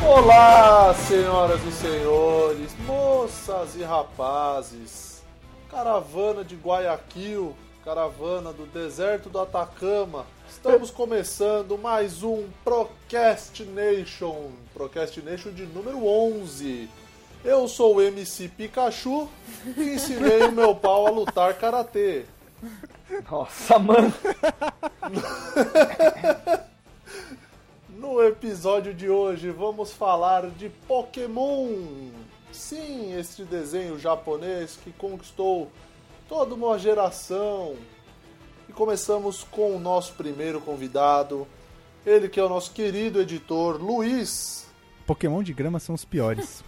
Olá, senhoras e senhores, moças e rapazes, caravana de Guayaquil, caravana do deserto do Atacama, estamos começando mais um Procrastination, Procrastination de número 11. Eu sou o MC Pikachu e ensinei o meu pau a lutar karatê. Nossa, mano. No episódio de hoje vamos falar de Pokémon. Sim, este desenho japonês que conquistou toda uma geração. E começamos com o nosso primeiro convidado, ele que é o nosso querido editor Luiz. Pokémon de grama são os piores.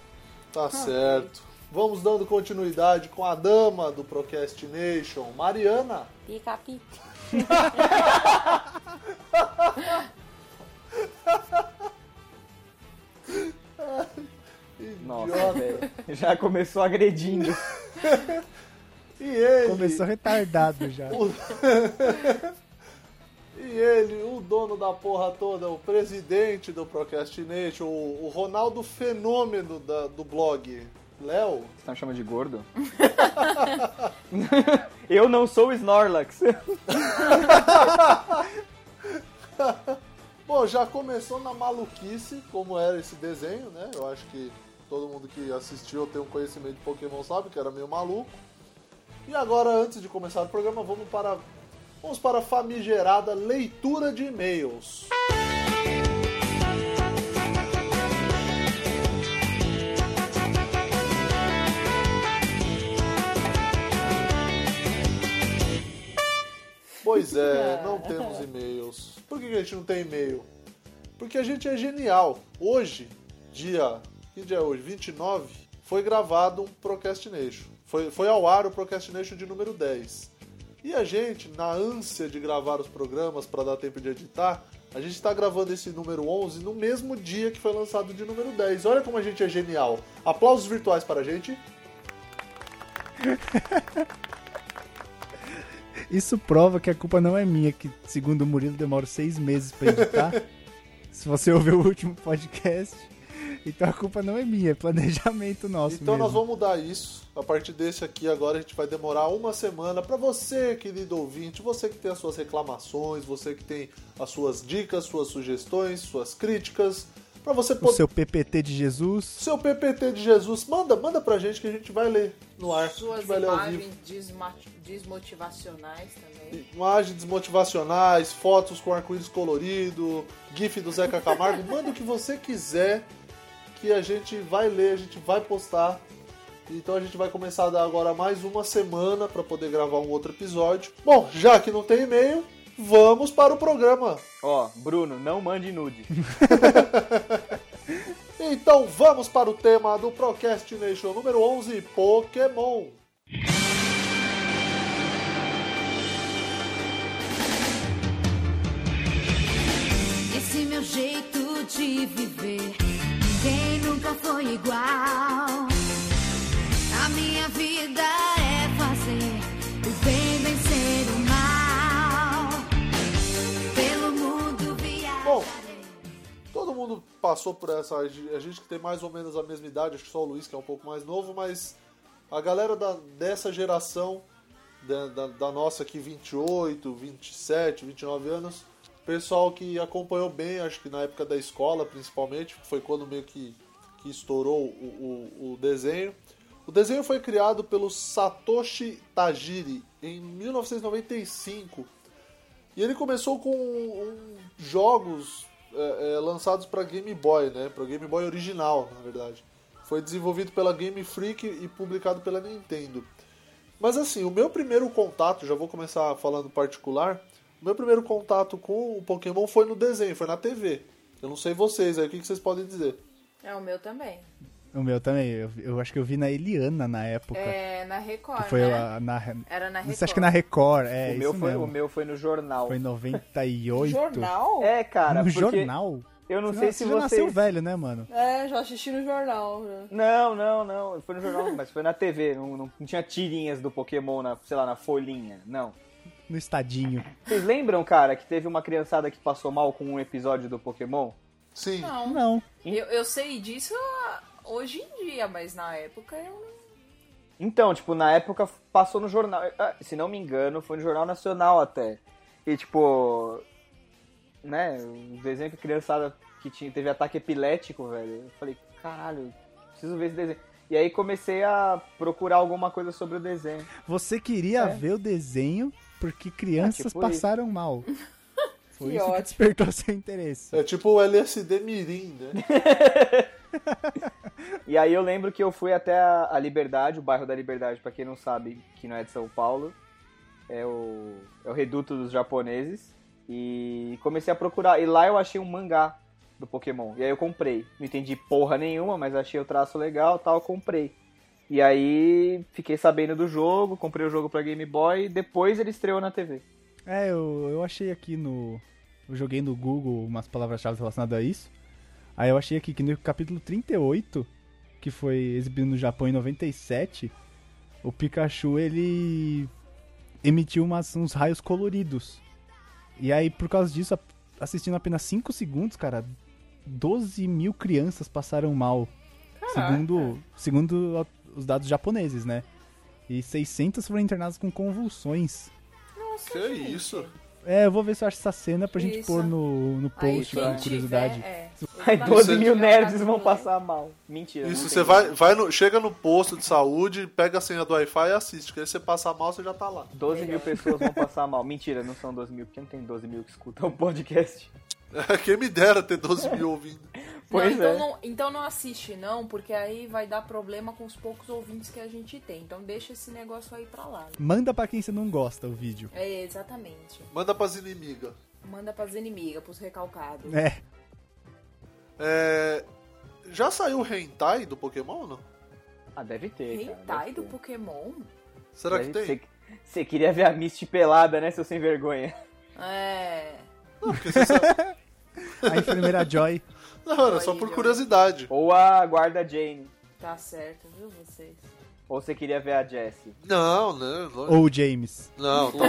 Tá certo. Vamos dando continuidade com a dama do Procrastination, Mariana. Pica, pica. Nossa, velho. Já começou agredindo. E ele. Começou retardado já. O- e ele, o dono da porra toda, o presidente do Procrastination, o, o Ronaldo Fenômeno da- do blog, Léo. Vocês estão tá me chamando de gordo? Eu não sou o Snorlax. Bom, já começou na maluquice, como era esse desenho, né? Eu acho que todo mundo que assistiu ou tem um conhecimento de Pokémon sabe que era meio maluco. E agora, antes de começar o programa, vamos para, vamos para a famigerada leitura de e-mails. Pois é, não temos e-mails. Por que que a gente não tem e-mail? Porque a gente é genial. Hoje, dia. Que dia é hoje? 29, foi gravado um Procrastination. Foi, foi ao ar o Procrastination de número 10. E a gente, na ânsia de gravar os programas para dar tempo de editar, a gente está gravando esse número 11 no mesmo dia que foi lançado o de número 10. Olha como a gente é genial. Aplausos virtuais para a gente. Isso prova que a culpa não é minha, que segundo o Murilo demora seis meses pra editar. Se você ouviu o último podcast, então a culpa não é minha, é planejamento nosso Então mesmo. nós vamos mudar isso. A partir desse aqui agora a gente vai demorar uma semana para você, querido ouvinte, você que tem as suas reclamações, você que tem as suas dicas, suas sugestões, suas críticas, para você O poder seu PPT de Jesus. seu PPT de Jesus, manda, manda pra gente que a gente vai ler no ar. a Suas gente vai ler ao vivo. imagens desma- desmotivacionais também. Imagens desmotivacionais, fotos com arco-íris colorido, gif do Zeca Camargo, manda o que você quiser que a gente vai ler, a gente vai postar. Então a gente vai começar a dar agora mais uma semana para poder gravar um outro episódio. Bom, já que não tem e-mail, vamos para o programa. Ó, Bruno, não mande nude. Então vamos para o tema do Procrastination número 11, Pokémon. Esse meu jeito de viver, ninguém nunca foi igual. A minha vida é fazer o bem vencer o mal. Pelo mundo Bom, viajarei. Todo mundo passou por essa. A gente que tem mais ou menos a mesma idade, acho que só o Luiz que é um pouco mais novo, mas a galera da- dessa geração, da, da- da nossa aqui, 28, 27, 29 anos, pessoal que acompanhou bem, acho que na época da escola principalmente, foi quando meio que, que estourou o, o- o desenho. O desenho foi criado pelo Satoshi Tajiri em 1995. E ele começou com um- jogos é, é, lançados para Game Boy, né? Para Game Boy original, na verdade. Foi desenvolvido pela Game Freak e publicado pela Nintendo. Mas assim, o meu primeiro contato, já vou começar falando particular, o meu primeiro contato com o Pokémon foi no desenho, foi na TV. Eu não sei vocês aí, o que que vocês podem dizer? É o meu também. O meu também, eu, eu acho que eu vi na Eliana na época. É na Record, que foi né? lá na. Era na Record. Você acha que na Record? É, o, isso meu foi, mesmo. o meu foi no jornal. Foi em 98. Jornal? É. É, cara, no porque jornal? eu não Você já- sei se você já nasceu vocês... velho, né, mano? É, já assisti no jornal. Não, não, não. Foi no jornal, mas foi na TV. Não, não- não tinha tirinhas do Pokémon, na, sei lá, na folhinha. Não. No estadinho. Vocês lembram, cara, que teve uma criançada que passou mal com um episódio do Pokémon? Sim. Não. Não. Eu, eu sei disso ah, hoje em dia, mas na época eu não. Então, tipo, na época passou no jornal, ah, se não me engano, foi no Jornal Nacional até. E, tipo, né, um desenho que a criançada que tinha, teve ataque epilético, velho. Eu falei, caralho, preciso ver esse desenho. E aí comecei a procurar alguma coisa sobre o desenho. Você queria É. ver o desenho porque crianças Ah, tipo passaram mal. Foi Que isso que ótimo. despertou seu interesse. É tipo o LSD Mirim, né? E aí eu lembro que eu fui até a, a Liberdade, o bairro da Liberdade, pra quem não sabe, que não é de São Paulo, é o, é o reduto dos japoneses. E comecei a procurar. E lá eu achei um mangá do Pokémon. E aí eu comprei. Não entendi porra nenhuma, mas achei o traço legal tal, comprei. E aí fiquei sabendo do jogo, comprei o jogo pra Game Boy e depois ele estreou na TV. É, eu, eu achei aqui no. Eu joguei no Google umas palavras-chave relacionadas a isso. Aí eu achei aqui que no capítulo 38, que foi exibido no Japão em 97, o Pikachu ele emitiu umas- uns raios coloridos. E aí, por causa disso, a- assistindo apenas 5 segundos, cara, 12 mil crianças passaram mal. Caraca. Segundo, segundo a- os dados japoneses, né? E 600 foram internadas com convulsões. Nossa, Que gente. isso? É, eu vou ver se eu acho essa cena pra gente Isso. pôr no, no Aí post, quem com curiosidade. tiver, é. Aí Exatamente. 12 mil Você- nerds vão passar mal. Mentira. não Isso, tem você vai, vai no, chega no posto de saúde, pega a senha do Wi-Fi e assiste, porque aí você passar mal, você já tá lá. 12 mil pessoas vão passar mal. Mentira, não são 12 mil, porque não tem 12 mil que escutam o podcast. Quem me dera ter 12 mil ouvindo. Pois não, é. Então não, então não assiste, não, porque aí vai dar problema com os poucos ouvintes que a gente tem. Então deixa esse negócio aí pra lá. Manda pra quem você não gosta o vídeo. É, exatamente. Manda pras inimigas. Manda pras inimigas, pros recalcados. É, É, já saiu o hentai do Pokémon ou não? Ah, deve ter. cara, é. Hentai deve do ter. Pokémon? Será que Deve- tem? Você você queria ver a Misty pelada, né, seu sem vergonha? É. a enfermeira Joy. Não, era só Aí, por ó. curiosidade. Ou a guarda Jane. Tá certo, viu vocês? Ou você queria ver a Jessie. Não, né? lógico. Ou o James. Não, tá-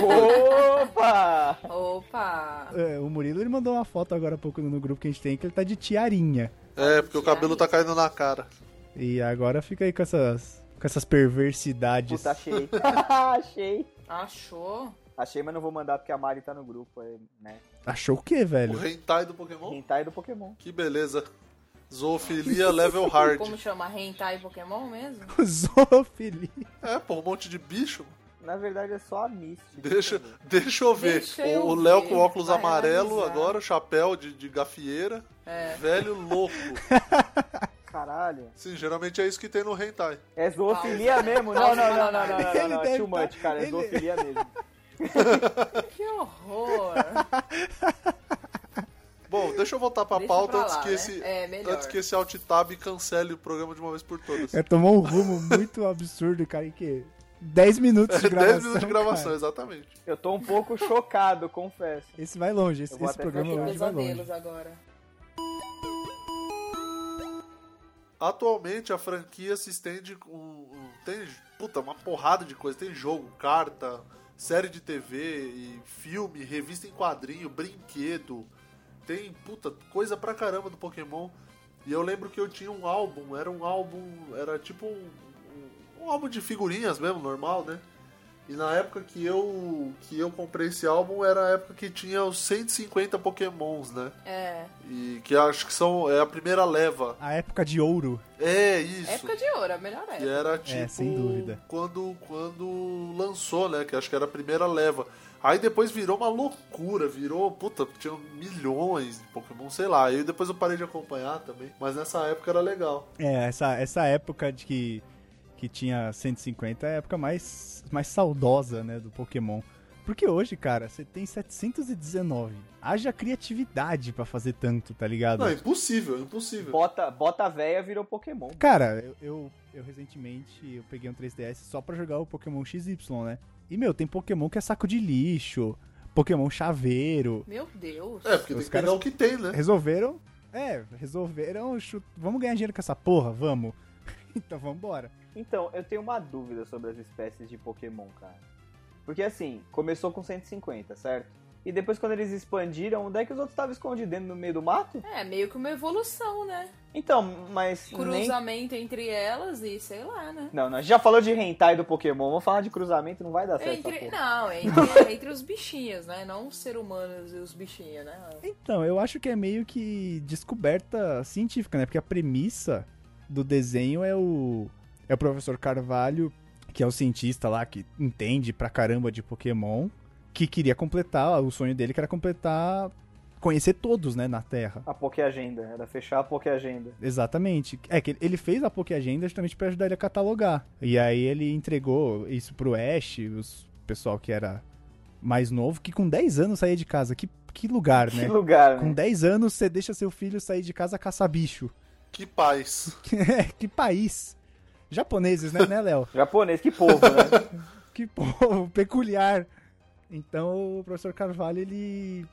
Opa! Opa! É, o Murilo ele mandou uma foto agora há pouco no grupo que a gente tem que ele tá de tiarinha. é porque o cabelo tá caindo na cara. E agora fica aí com essas, com essas perversidades. Puta, achei. achei. Achou? Achei, mas não vou mandar porque a Mari tá no grupo, é, né? Achou o quê, velho? O hentai do Pokémon? Hentai do Pokémon. Que beleza. Zoofilia level hard. Como chama? Hentai Pokémon mesmo? Zoofilia. É, pô, um monte de bicho. Na verdade é só a Misty. Deixa, deixa eu ver. Deixa eu o o Léo ver. com óculos Vai amarelo analisar. agora, chapéu de, de gafieira. É. Velho louco. Caralho. Sim, geralmente é isso que tem no hentai. É zoofilia mesmo? Não, não, não, não, não, não, não, não, Ele não. É deve too much, tá- cara. É ele- zoofilia mesmo. Que horror! Bom, deixa eu voltar pra Deixa pauta pra antes, lá, que né? esse, É, melhor. antes que esse alt tab cancele o programa de uma vez por todas. É, tomou um rumo muito absurdo, cara, em que 10 minutos de gravação. 10 minutos de gravação, cara. exatamente. Eu tô um pouco chocado, confesso. Esse vai longe, esse, Eu vou esse até programa Que fechar. hoje vai longe. pesadelos agora. Atualmente a franquia se estende com. um- Tem puta, uma porrada de coisa. Tem jogo, carta, série de TV, e filme, revista em quadrinho, brinquedo. Tem puta, coisa pra caramba do Pokémon. E eu lembro que eu tinha um álbum, era um álbum. Era tipo um, um- um álbum de figurinhas mesmo, normal, né? E na época que eu, que eu comprei esse álbum era a época que tinha os 150 Pokémons, né? É. E que acho que são é a primeira leva. A época de ouro. É isso. Época de ouro, a melhor E época. era tipo. É, sem dúvida. Quando, quando lançou, né? Que acho que era a primeira leva. Aí depois virou uma loucura, virou. Puta, tinha milhões de Pokémon, sei lá. Aí depois eu parei de acompanhar também. Mas nessa época era legal. É, essa, essa época de que, que tinha 150 é a época mais, mais saudosa, né, do Pokémon. Porque hoje, cara, você tem 719. Haja criatividade pra fazer tanto, tá ligado? Não, impossível, impossível. Bota, bota véia virou Pokémon. Cara, eu, eu, eu recentemente eu peguei um 3DS só pra jogar o Pokémon XY, né? E, meu, tem Pokémon que é saco de lixo, Pokémon chaveiro. Meu Deus. É, porque Os tem que caras- pegar o que tem, né? Resolveram... É, resolveram... chu- Vamos ganhar dinheiro com essa porra, vamos. então, vambora. Então, eu tenho uma dúvida sobre as espécies de Pokémon, cara. Porque assim, começou com 150, certo? E depois, quando eles expandiram, onde é que os outros estavam escondidos? Dentro no meio do mato? É, meio que uma evolução, né? Então, mas. Nem... Cruzamento entre elas e sei lá, né? Não, não, a gente já falou de hentai do Pokémon. Vamos falar de cruzamento, não vai dar certo. essa Entre, porra. não, entre, entre os bichinhos, né? Não os seres humanos e os bichinhos, né? Então, eu acho que é meio que descoberta científica, né? Porque a premissa do desenho é o é o professor Carvalho, que é o cientista lá que entende pra caramba de Pokémon, que queria completar o sonho dele, que era completar conhecer todos, né, na Terra. A Poké Agenda, era fechar a Poké Agenda. Exatamente. É que ele- ele fez a Poké Agenda justamente pra ajudar ele a catalogar. E aí ele entregou isso pro Ash, os pessoal que era mais novo, que com 10 anos saía de casa. Que, que lugar, Que né? lugar, Com É. né? 10 anos você deixa seu filho sair de casa caçar bicho. É, Que paz. que país. Japoneses, né, né, Léo? Japonês, que povo, né? Que povo peculiar. Então o professor Carvalho, ele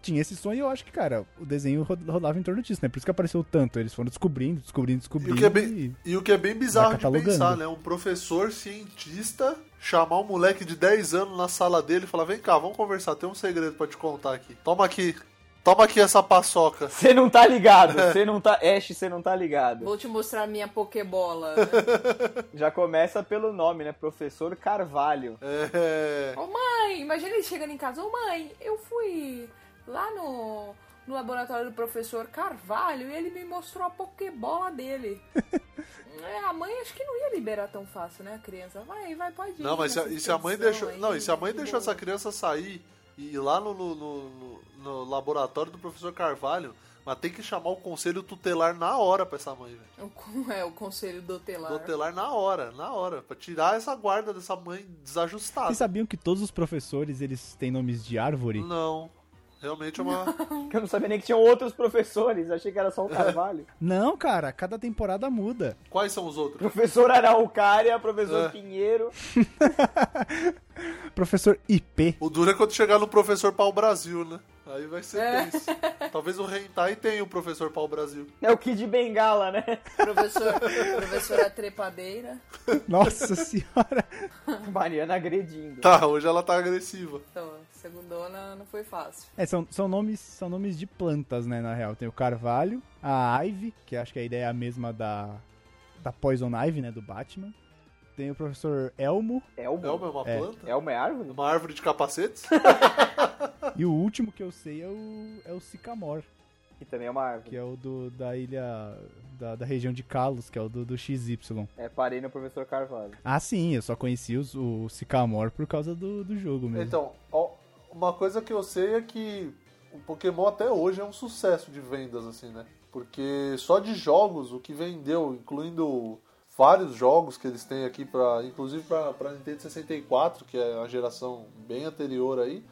tinha esse sonho e eu acho que, cara, o desenho ro- rodava em torno disso, né? Por isso que apareceu tanto. Eles foram descobrindo, descobrindo, descobrindo. E o que é bem- E o que é bem bizarro Vai de catalogando. pensar, né? Um professor cientista chamar um moleque de 10 anos na sala dele e falar: vem cá, vamos conversar, tem um segredo pra te contar aqui. Toma aqui, toma aqui essa paçoca. Você não tá ligado, você não tá. Ash, você não tá ligado. Vou te mostrar minha Pokébola. né? Já começa pelo nome, né? Professor Carvalho. É. Ô mãe, imagina ele chegando em casa. Ô mãe, eu fui lá no, no laboratório do professor Carvalho e ele me mostrou a Pokébola dele. é, a mãe acho que não ia liberar tão fácil, né, a criança? Vai, vai, pode ir. Não, mas se a, nessa e se é a mãe extensão deixou. aí, Não, e se a mãe que deixou boa. essa criança sair e ir lá no, no- no- no- no laboratório do professor Carvalho, mas tem que chamar o conselho tutelar na hora pra essa mãe, velho. O con- É, o conselho tutelar. Tutelar na hora, na hora. Pra tirar essa guarda dessa mãe desajustada. Vocês sabiam que todos os professores, eles têm nomes de árvore? Não. Realmente é uma. Que eu não sabia nem que tinham outros professores, achei que era só o Carvalho. Não, cara, cada temporada muda. Quais são os outros? professor Araucária, professor É. Pinheiro. Professor IP. O duro é quando chegar no professor Pau Brasil, né? Aí vai ser É. tenso. Talvez o Hentai tenha o professor Pau Brasil. É o Kid Bengala, né? Professor, professora trepadeira. Nossa senhora. Mariana agredindo. Tá, hoje ela tá agressiva. Então, segundona não foi fácil. É, são, são, nomes, são nomes de plantas, né, na real. Tem o carvalho, a Ivy, que acho que a ideia é a mesma da, da Poison Ivy, né, do Batman. Tem o professor Elmo, É Elmo. uma, é uma É. planta? Elmo é árvore? Uma árvore de capacetes? e o último que eu sei é o, é o Sycamore, Que também é uma árvore. que é o do, da ilha, da, da região de Kalos, que é o do, do XY. É, parei no professor Carvalho. Ah, sim, eu só conheci os, o Sycamore por causa do, do jogo mesmo. Então, ó, uma coisa que eu sei é que o Pokémon até hoje é um sucesso de vendas, assim, né? Porque só de jogos, o que vendeu, incluindo vários jogos que eles têm aqui, pra, inclusive para Nintendo 64, que é a geração bem anterior aí,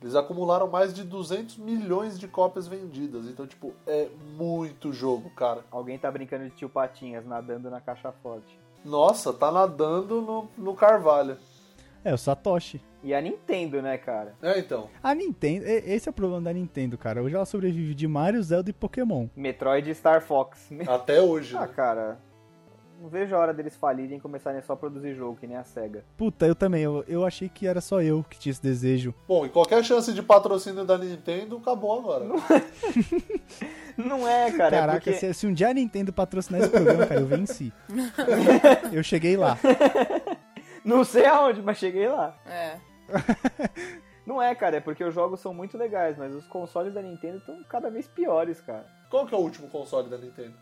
eles acumularam mais de 200 milhões de cópias vendidas. Então, tipo, é muito jogo, cara. Alguém tá brincando de tio Patinhas, nadando na caixa forte. Nossa, tá nadando no, no carvalho. É, o Satoshi. E a Nintendo, né, cara? É, então. A Nintendo, e- esse é o problema da Nintendo, cara. Hoje ela sobrevive de Mario, Zelda e Pokémon. Metroid e Star Fox. Até hoje. Ah, né? cara. Não vejo a hora deles falirem e começarem só a produzir jogo, que nem a SEGA. Puta, eu também, eu, eu achei que era só eu que tinha esse desejo. Bom, e qualquer chance de patrocínio da Nintendo acabou agora. Não é, cara. Caraca, é porque... se, se um dia a Nintendo patrocinar esse programa, cara, eu venci. eu cheguei lá. Não sei aonde, mas cheguei lá. É. Não é, cara, é porque os jogos são muito legais, mas os consoles da Nintendo estão cada vez piores, cara. Qual que é o último console da Nintendo?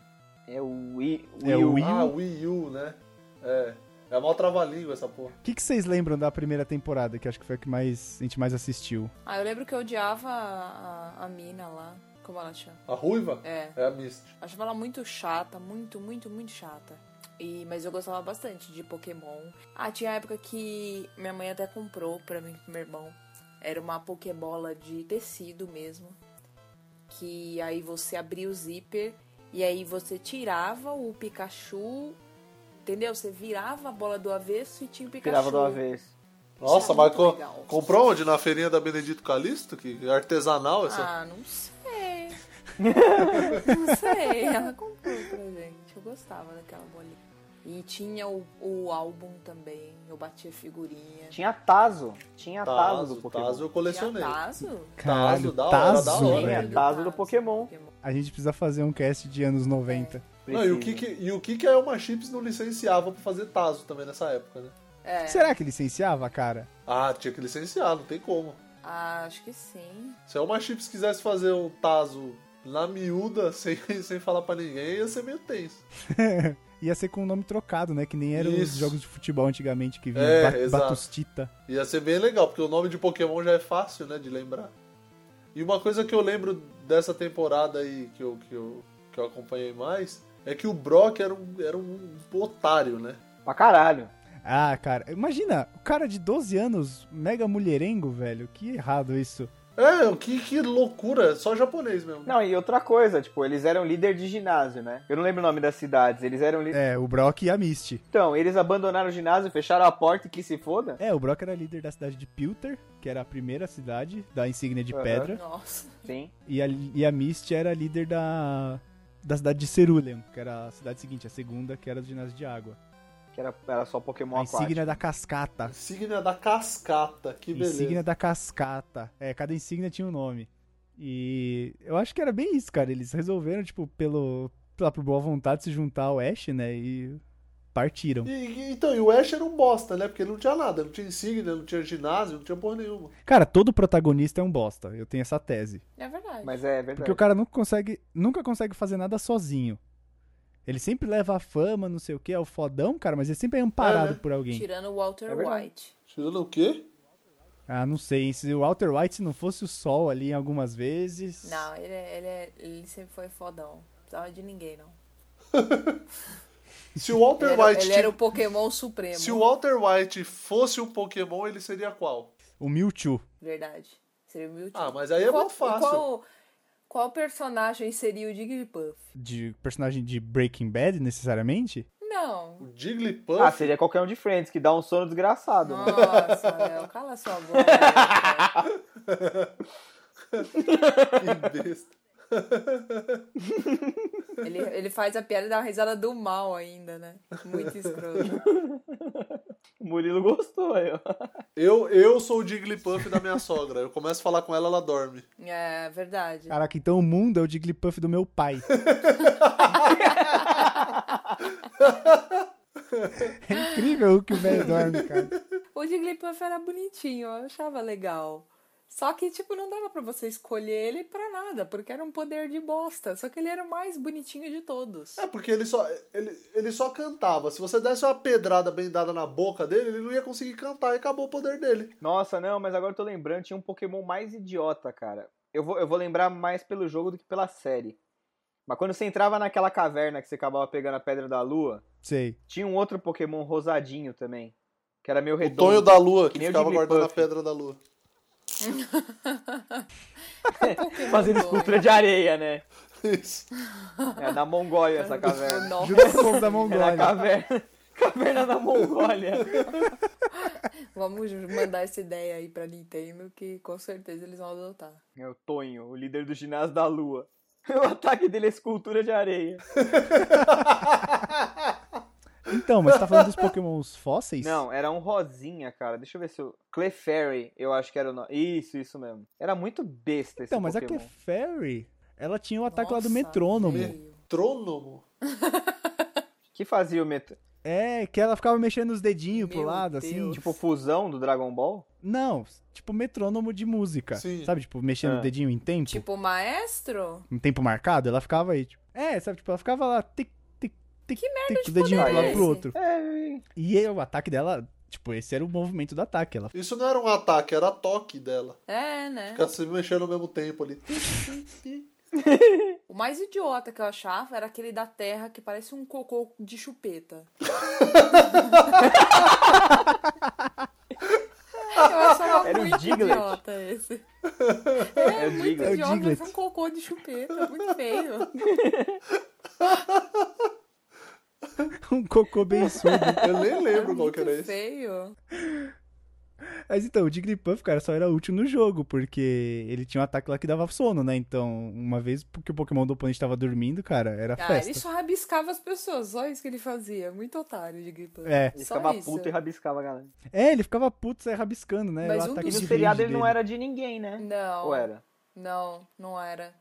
É o Wii. É Wii o U. Wii U. Ah, Wii U, né? É. É mó trava-língua essa porra. O que, que vocês lembram da primeira temporada, que acho que foi a que mais, a gente mais assistiu? Ah, eu lembro que eu odiava a, a- a mina lá. Como ela chama? A ruiva? É. É a Misty. Achava ela muito chata, muito, muito, muito chata. E, mas eu gostava bastante de Pokémon. Ah, tinha a época que minha mãe até comprou pra mim e pro meu irmão. Era uma Pokébola de tecido mesmo. Que aí você abria o zíper e aí você tirava o Pikachu. Entendeu? Você virava a bola do avesso e tinha o Pikachu. Pirava do avesso. Nossa, Isso é mas muito co- legal. comprou onde? Na feirinha da Benedito Calixto? Que é artesanal essa. Ah, não sei. não sei. Ela comprou pra gente. Eu gostava daquela bolinha. E tinha o, o álbum também. Eu batia figurinha. Tinha Tazo. Tinha Tazo é do Pokémon. Tazo eu colecionei. Tazo? Tazo, Caralho, da hora, da Tazo, hora. velho. Tazo Tazo do Pokémon. A gente precisa fazer um cast de anos 90. Não, e o que Precisa. que, e o que que a Elma Chips não licenciava pra fazer Tazo também nessa época, né? É, Será que licenciava, cara? Ah, tinha que licenciar, não tem como. Ah, acho que sim. Se a Elma Chips quisesse fazer um Tazo na miúda, sem, sem falar pra ninguém, ia ser meio tenso. Ia ser com o nome trocado, né? Que nem eram os Isso. jogos de futebol antigamente que vinha É, Bat- exato. Batustita. Ia ser bem legal, porque o nome de Pokémon já é fácil, né, de lembrar. E uma coisa que eu lembro dessa temporada aí, que eu, que eu, que eu acompanhei mais, é que o Brock era um, era um otário, né? Pra caralho. Ah, cara, imagina, o cara de 12 anos, mega mulherengo, velho. Que errado isso. É, que, que loucura, só japonês mesmo. Não, e outra coisa, tipo, eles eram líder de ginásio, né? Eu não lembro o nome das cidades. Eles eram líder. É, o Brock e a Misty. Então, eles abandonaram o ginásio, fecharam a porta e que se foda. É, o Brock era líder da cidade de Pilter, que era a primeira cidade da insígnia de Aham. pedra. Nossa. Sim. E a, e a Misty era líder da, da cidade de Cerulean, que era a cidade seguinte, a segunda, que era do ginásio de água. Que era, era só Pokémon a aquático. insígnia da cascata. Insígnia da cascata, que beleza. Insígnia da cascata. É, cada insígnia tinha um nome. E eu acho que era bem isso, cara. Eles resolveram, tipo, pelo, pela por boa vontade, se juntar ao Ash, né? E partiram. E- e- então, e o Ash era um bosta, né? Porque ele não tinha nada, não tinha insígnia, não tinha ginásio, não tinha porra nenhuma. Cara, todo protagonista é um bosta. Eu tenho essa tese. É verdade. Mas é verdade. Porque o cara nunca consegue, nunca consegue fazer nada sozinho. Ele sempre leva a fama, não sei o que, é o fodão, cara, mas ele sempre é amparado É, né? por alguém. Tirando o Walter É verdade. White. Tirando o quê? Ah, não sei, hein? se o Walter White não fosse o sol ali em algumas vezes. Não, ele, é- ele, é- ele sempre foi fodão. Não precisava de ninguém, não. Se o Walter Ele era, White. ele era um o Pokémon Supremo. Se o Walter White fosse um Pokémon, ele seria qual? O Mewtwo. Verdade. Seria o Mewtwo. Ah, mas aí é qual, muito fácil. Qual, qual personagem seria o Jigglypuff? De personagem de Breaking Bad, necessariamente? Não. O Jigglypuff? Ah, seria qualquer um de Friends, que dá um sono desgraçado. né? Nossa, Léo, cala sua boca. cara. Que besta. Ele, ele faz a piada e dá uma risada do mal ainda, né? Muito escroto. O Murilo gostou, eu. Eu, eu sou o Jigglypuff da minha sogra. Eu começo a falar com ela, ela dorme. É, verdade. Caraca, então o mundo é o Jigglypuff do meu pai. é incrível o que o velho dorme, cara. O Jigglypuff era bonitinho, eu achava legal. Só que, tipo, não dava pra você escolher ele pra nada, porque era um poder de bosta. Só que ele era o mais bonitinho de todos. É porque ele só, ele, ele só cantava. Se você desse uma pedrada bem dada na boca dele, ele não ia conseguir cantar e acabou o poder dele. Nossa, não, mas agora eu tô lembrando, tinha um Pokémon mais idiota, cara. Eu vou, eu vou lembrar mais pelo jogo do que pela série. Mas quando você entrava naquela caverna que você acabava pegando a Pedra da Lua, Sei. tinha um outro Pokémon rosadinho também, que era meio O redondo. Tonho da Lua, que Que nem o ficava Jigglypuff. guardando a pedra da lua. Fazendo escultura de areia, né? Isso. É da Mongólia essa caverna. Nossa, Ajuda o povo da É da Mongólia. caverna. Caverna da Mongólia. vamos mandar essa ideia aí pra Nintendo, que com certeza eles vão adotar. É o Tonho, o líder do ginásio da Lua. O ataque dele é escultura de areia. Então, mas você tá falando dos pokémons fósseis? Não, era um rosinha, cara. Deixa eu ver se o. Clefairy, eu acho que era o nome. Isso, isso mesmo. Era muito besta esse Então, mas Pokémon. a Clefairy, ela tinha o ataque lá do Nossa, metrônomo. feio. Trônomo? Que fazia o metrô. É, que ela ficava mexendo os dedinhos pro Meu lado, Deus. assim. Tipo, Tipo, fusão do Dragon Ball? não, tipo metrônomo de música. Sim. Sabe, tipo, mexendo Ah. o dedinho em tempo, Tipo, maestro? em tempo marcado, ela ficava aí, tipo. É, sabe, tipo, ela ficava lá, tic, tic, tic, tic, de o dedinho poder pro lado é pro esse? outro. É. E aí, o ataque dela, tipo, esse era o movimento do ataque. Ela Isso não era um ataque, era toque dela. É, né? Ficar se mexendo ao mesmo tempo ali. O mais idiota que eu achava era aquele da terra que parece um cocô de chupeta. eu achava Era o muito Diglett. idiota esse. É, É o muito Diglett. É o idiota, Diglett. parece um cocô de chupeta, muito feio. um cocô bem surdo. um Eu nem lembro qual que muito era esse. feio. Mas então, o Jigglypuff, cara, só era útil no jogo, porque ele tinha um ataque lá que dava sono, né? Então, uma vez que o Pokémon do oponente tava dormindo, cara, era Ah, festa. ele só rabiscava as pessoas, só isso que ele fazia. Muito otário de Grippin. É. Ele Só ficava isso. puto e rabiscava a galera. É, ele ficava puto, saia rabiscando, né? Mas o um ataque E de dos- no Esse seriado rage ele não dele. era de ninguém, né? Não. Ou era? Não, não era.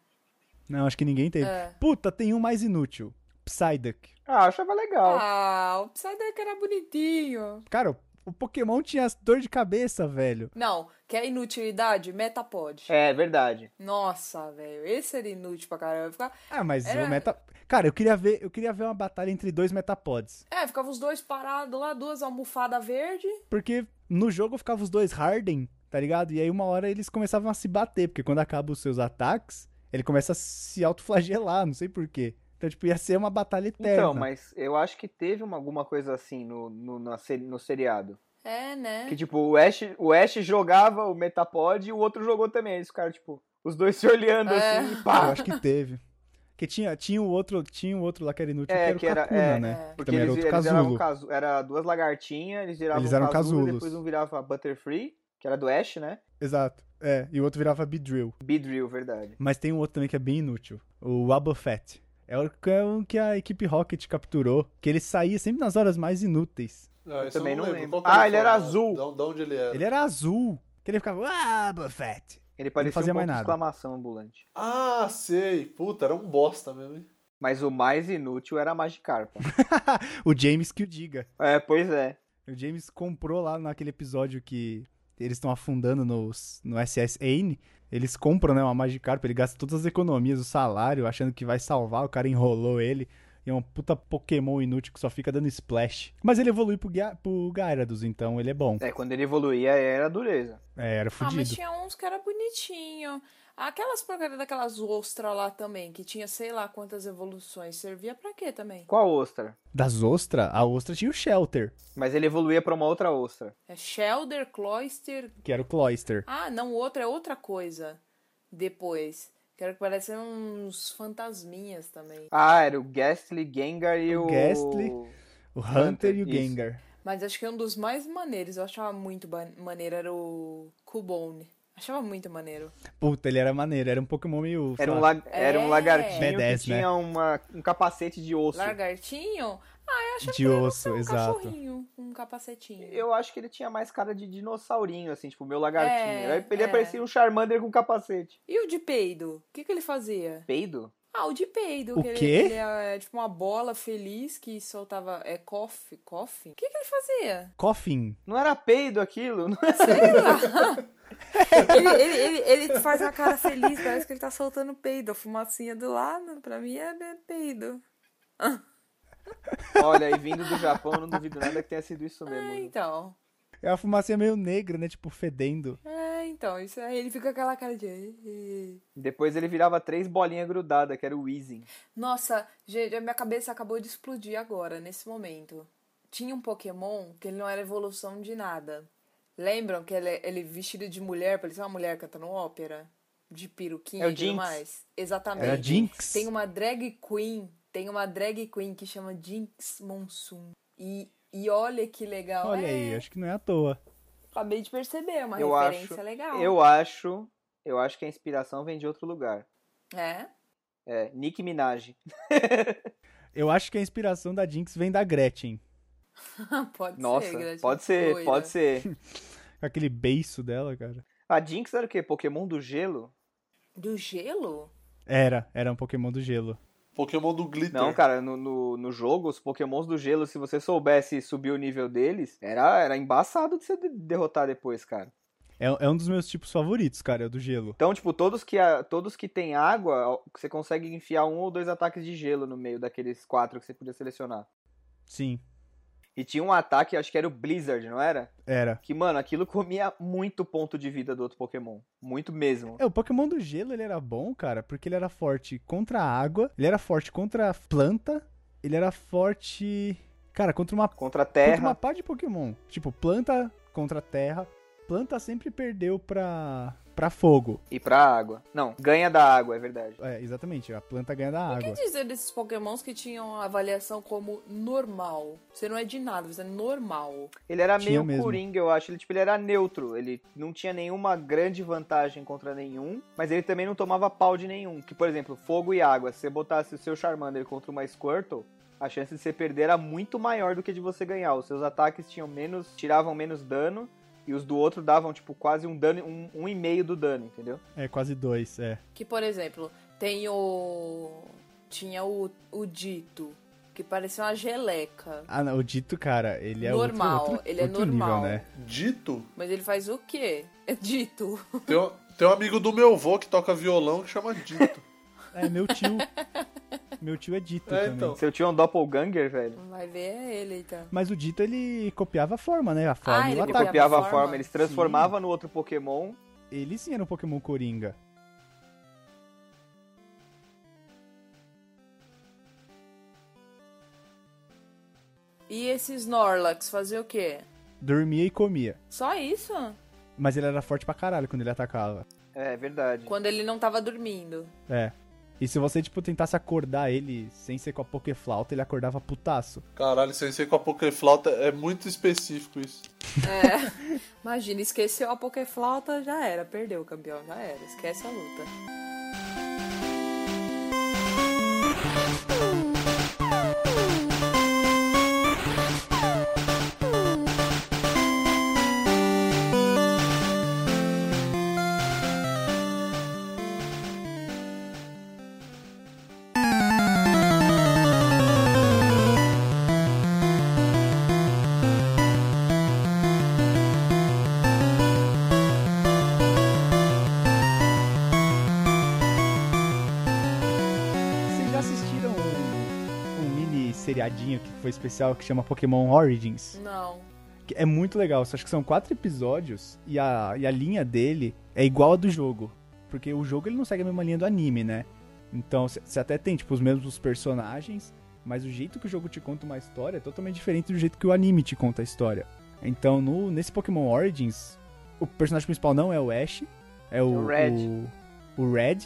Não, acho que ninguém teve. É. Puta, tem um mais inútil. Psyduck. Ah, eu achava legal. Ah, o Psyduck era bonitinho. Cara, o- o Pokémon tinha as dor de cabeça, velho. Não, quer inutilidade? Metapod. É, verdade. Nossa, velho, esse era inútil pra caramba. Ficava- Ah, mas Era- o Meta. Cara, eu queria ver, eu queria ver uma batalha entre dois Metapods. É, ficava os dois parados lá, duas almofadas verde. Porque no jogo ficavam os dois Harden, tá ligado? E aí uma hora eles começavam a se bater, porque quando acabam os seus ataques, ele começa a se autoflagelar, não sei porquê. Então, tipo, ia ser uma batalha eterna. Então, mas eu acho que teve uma, alguma coisa assim no, no, na se- no seriado. É, né? Que, tipo, o Ash, o Ash jogava o Metapod e o outro jogou também. Eles ficaram, tipo, os dois se olhando É. assim e Eu pá. acho que teve. Porque tinha, tinha o outro, tinha o outro lá que era inútil, que É, era que o era- Kakuna, é, né? Que Porque também era eles, outro eles eram casulo. casu... era duas lagartinhas, eles viravam Eles eram casulo, casulos. depois um virava Butterfree, que era do Ash, né? Exato. É, e o outro virava Beedrill. Beedrill, verdade. Mas tem um outro também que é bem inútil. O Wabafet. É o que- é um que a equipe Rocket capturou, que ele saía sempre nas horas mais inúteis. Ah, Eu isso também eu não não lembro. lembro. Qual que Ah, ele era falava? azul. Da, da onde ele era? Ele era azul, que ele ficava Wabafet. Ele parecia fazia um mais ponto de nada. exclamação ambulante. Ah, sei. Puta, era um bosta mesmo. hein? Mas o mais inútil era a Magikarpa. O James que o diga. é, pois é. O James comprou lá naquele episódio que eles estão afundando nos, no SS Ain. Eles compram, né, uma Magikarp, ele gasta todas as economias, o salário, achando que vai salvar, o cara enrolou ele. E é um puta Pokémon inútil que só fica dando splash. Mas ele evolui pro, Gya- pro Gyarados, então ele é bom. É, quando ele evoluía era dureza. É, era Ah, mas fudido. tinha uns que era bonitinho. Aquelas porcaria daquelas ostras lá também, que tinha sei lá quantas evoluções. Servia pra quê também? Qual ostra? Das Ostra, a Ostra tinha o Shelter, Mas ele evoluía pra uma outra ostra. É Shelder, Cloister. que era o Cloyster. Ah, não, outra é outra coisa. Depois. Que era que parecem uns fantasminhas também. Ah, era o Ghastly, Gengar e O o... Ghastly. O Hunter, Hunter, e o isso. Gengar. Mas acho que um dos mais maneiros, eu achava muito ba- maneiro, era o Cubone. Achava muito maneiro. Puta, ele era maneiro, era um Pokémon meio... sei Era um, lá, la- era um É. lagartinho Badass, né? que tinha uma- um capacete de osso. Lagartinho? Ah, eu achava De que era osso, só um exato. cachorrinho com um capacetinho. Eu acho que ele tinha mais cara de dinossaurinho, assim, tipo, meu lagartinho. É, Aí ele é. parecia um Charmander com capacete. E o de peido? O que, que ele fazia? Peido? Ah, o de peido. O que ele- quê? Ele, é tipo uma bola feliz que soltava. É coffee? Coffee? O que, que ele fazia? Coffin. Não era peido aquilo? Não Sei lá. ele, ele, ele- ele faz uma cara feliz, parece que ele tá soltando peido. A fumacinha do lado, pra mim é é peido. era- Olha, e vindo do Japão, não duvido nada que tenha sido isso É, mesmo. então. É uma fumacinha meio negra, né, tipo, fedendo. É, então. Isso aí, ele fica com aquela cara de. "Ih, ih". Depois ele virava três bolinhas grudadas, que era o Weezing. Nossa, gente, a minha cabeça acabou de explodir agora, nesse momento. Tinha um Pokémon que ele não era evolução de nada. Lembram que ele, é, ele vestido de mulher, parecia uma mulher cantando ópera? De peruquinha É o e tudo Jinx. mais? Exatamente. Era Jinx. Tem uma drag queen, tem uma drag queen que chama Jinx Monsoon. E, e olha que legal. Olha É, aí, acho que não é à toa. Acabei de perceber, é uma Eu referência acho- legal. Eu acho. Eu acho que a inspiração vem de outro lugar. É? É, Nick Minaj. Eu acho que a inspiração da Jinx vem da Gretchen. pode Nossa, ser, Gretchen. pode ser, Doida. pode ser. Com aquele beiço dela, cara. A Jinx era o quê? Pokémon do gelo? Do gelo? Era, era um Pokémon do gelo. Pokémon do Glitter. Não, cara, no, no, no jogo, os Pokémons do gelo, se você soubesse subir o nível deles, era, era embaçado de você de- derrotar depois, cara. É, é um dos meus tipos favoritos, cara, é o do gelo. Então, tipo, todos que, a- todos que tem água, você consegue enfiar um ou dois ataques de gelo no meio daqueles quatro que você podia selecionar. Sim, E tinha um ataque, acho que era o Blizzard, não era? era. Que, mano, aquilo comia muito ponto de vida do outro Pokémon. Muito mesmo. É, o Pokémon do gelo, ele era bom, cara, porque ele era forte contra a água, ele era forte contra a planta, ele era forte... Cara, contra uma, Contra contra a terra. uma pá de Pokémon. Tipo, planta contra a terra, planta sempre perdeu pra, pra fogo. E pra água. Não, ganha da água, é verdade. É, exatamente, a planta ganha da O que água. dizer desses pokémons que tinham avaliação como normal? Você não é de nada, você é normal. Ele era Tinha meio mesmo. coringa, eu acho. Ele, tipo, ele era neutro. Ele não tinha nenhuma grande vantagem contra nenhum, mas ele também não tomava pau de nenhum. Que, por exemplo, fogo e água. Se você botasse o seu Charmander contra uma Squirtle, a chance de você perder era muito maior do que de você ganhar. Os seus ataques tinham menos. tiravam menos dano. E os do outro davam, tipo, quase um dano, um, um e meio do dano, entendeu? É, quase dois, é. Que, por exemplo, tem o. Tinha o, o Dito, que parecia uma geleca. Ah, não, o Dito, cara, ele é Normal, outro, outro, ele é outro normal. nível, né? Dito? Mas ele faz o quê? É Dito. Tem um, tem um amigo do meu avô que toca violão que chama Dito. É, meu tio. meu tio é Dito É, também. então. Se eu tinha um doppelganger, velho. Vai ver é ele, então. Mas o Dito, ele copiava a forma, né? A forma Ah, ele e o Ele Copiava ataque. copiava a forma. forma, ele se transformava no outro Pokémon. Ele sim era um Pokémon Coringa. E esse Snorlax fazia o quê? Dormia e comia. Só isso? Mas ele era forte pra caralho quando ele atacava. É, é verdade. Quando ele não tava dormindo. É. E se você, tipo, tentasse acordar ele sem ser com a Pokéflauta, ele acordava putaço. Caralho, sensei com a Pokéflauta é muito específico isso. Imagina, esqueceu a Pokéflauta, já era, perdeu o campeão, já era, esquece a luta. Vocês já assistiram um, um mini seriadinho que foi especial que chama Pokémon Origins? Não. Que é muito legal, só acho que são quatro episódios e a, e a linha dele é igual a do jogo. Porque o jogo ele não segue a mesma linha do anime, né? Então você até tem, tipo, os mesmos personagens, mas o jeito que o jogo te conta uma história é totalmente diferente do jeito que o anime te conta a história. Então, no, nesse Pokémon Origins, o personagem principal não é o Ash, é o, É o Red. O, o Red,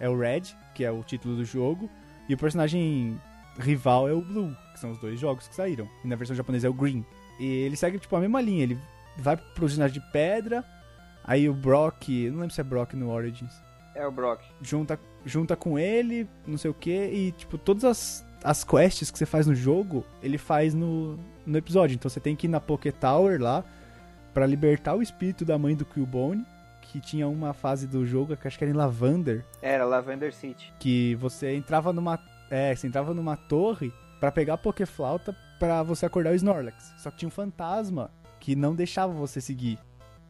é o Red, que é o título do jogo, e o personagem rival é o Blue, que são os dois jogos que saíram. E na versão japonesa é o Green. E ele segue, tipo, a mesma linha. Ele vai pro ginásio de pedra, aí o Brock, eu não lembro se é Brock no Origins, É o Brock. junta, junta com ele, não sei o que, e, tipo, todas as, as quests que você faz no jogo, ele faz no, no episódio. Então você tem que ir na Poké Tower lá pra libertar o espírito da mãe do Cubone, que tinha uma fase do jogo, que acho que era em Lavander, Era Lavender City. que você entrava numa é, você entrava numa torre pra pegar a Pokéflauta pra você acordar o Snorlax. Só que tinha um fantasma que não deixava você seguir.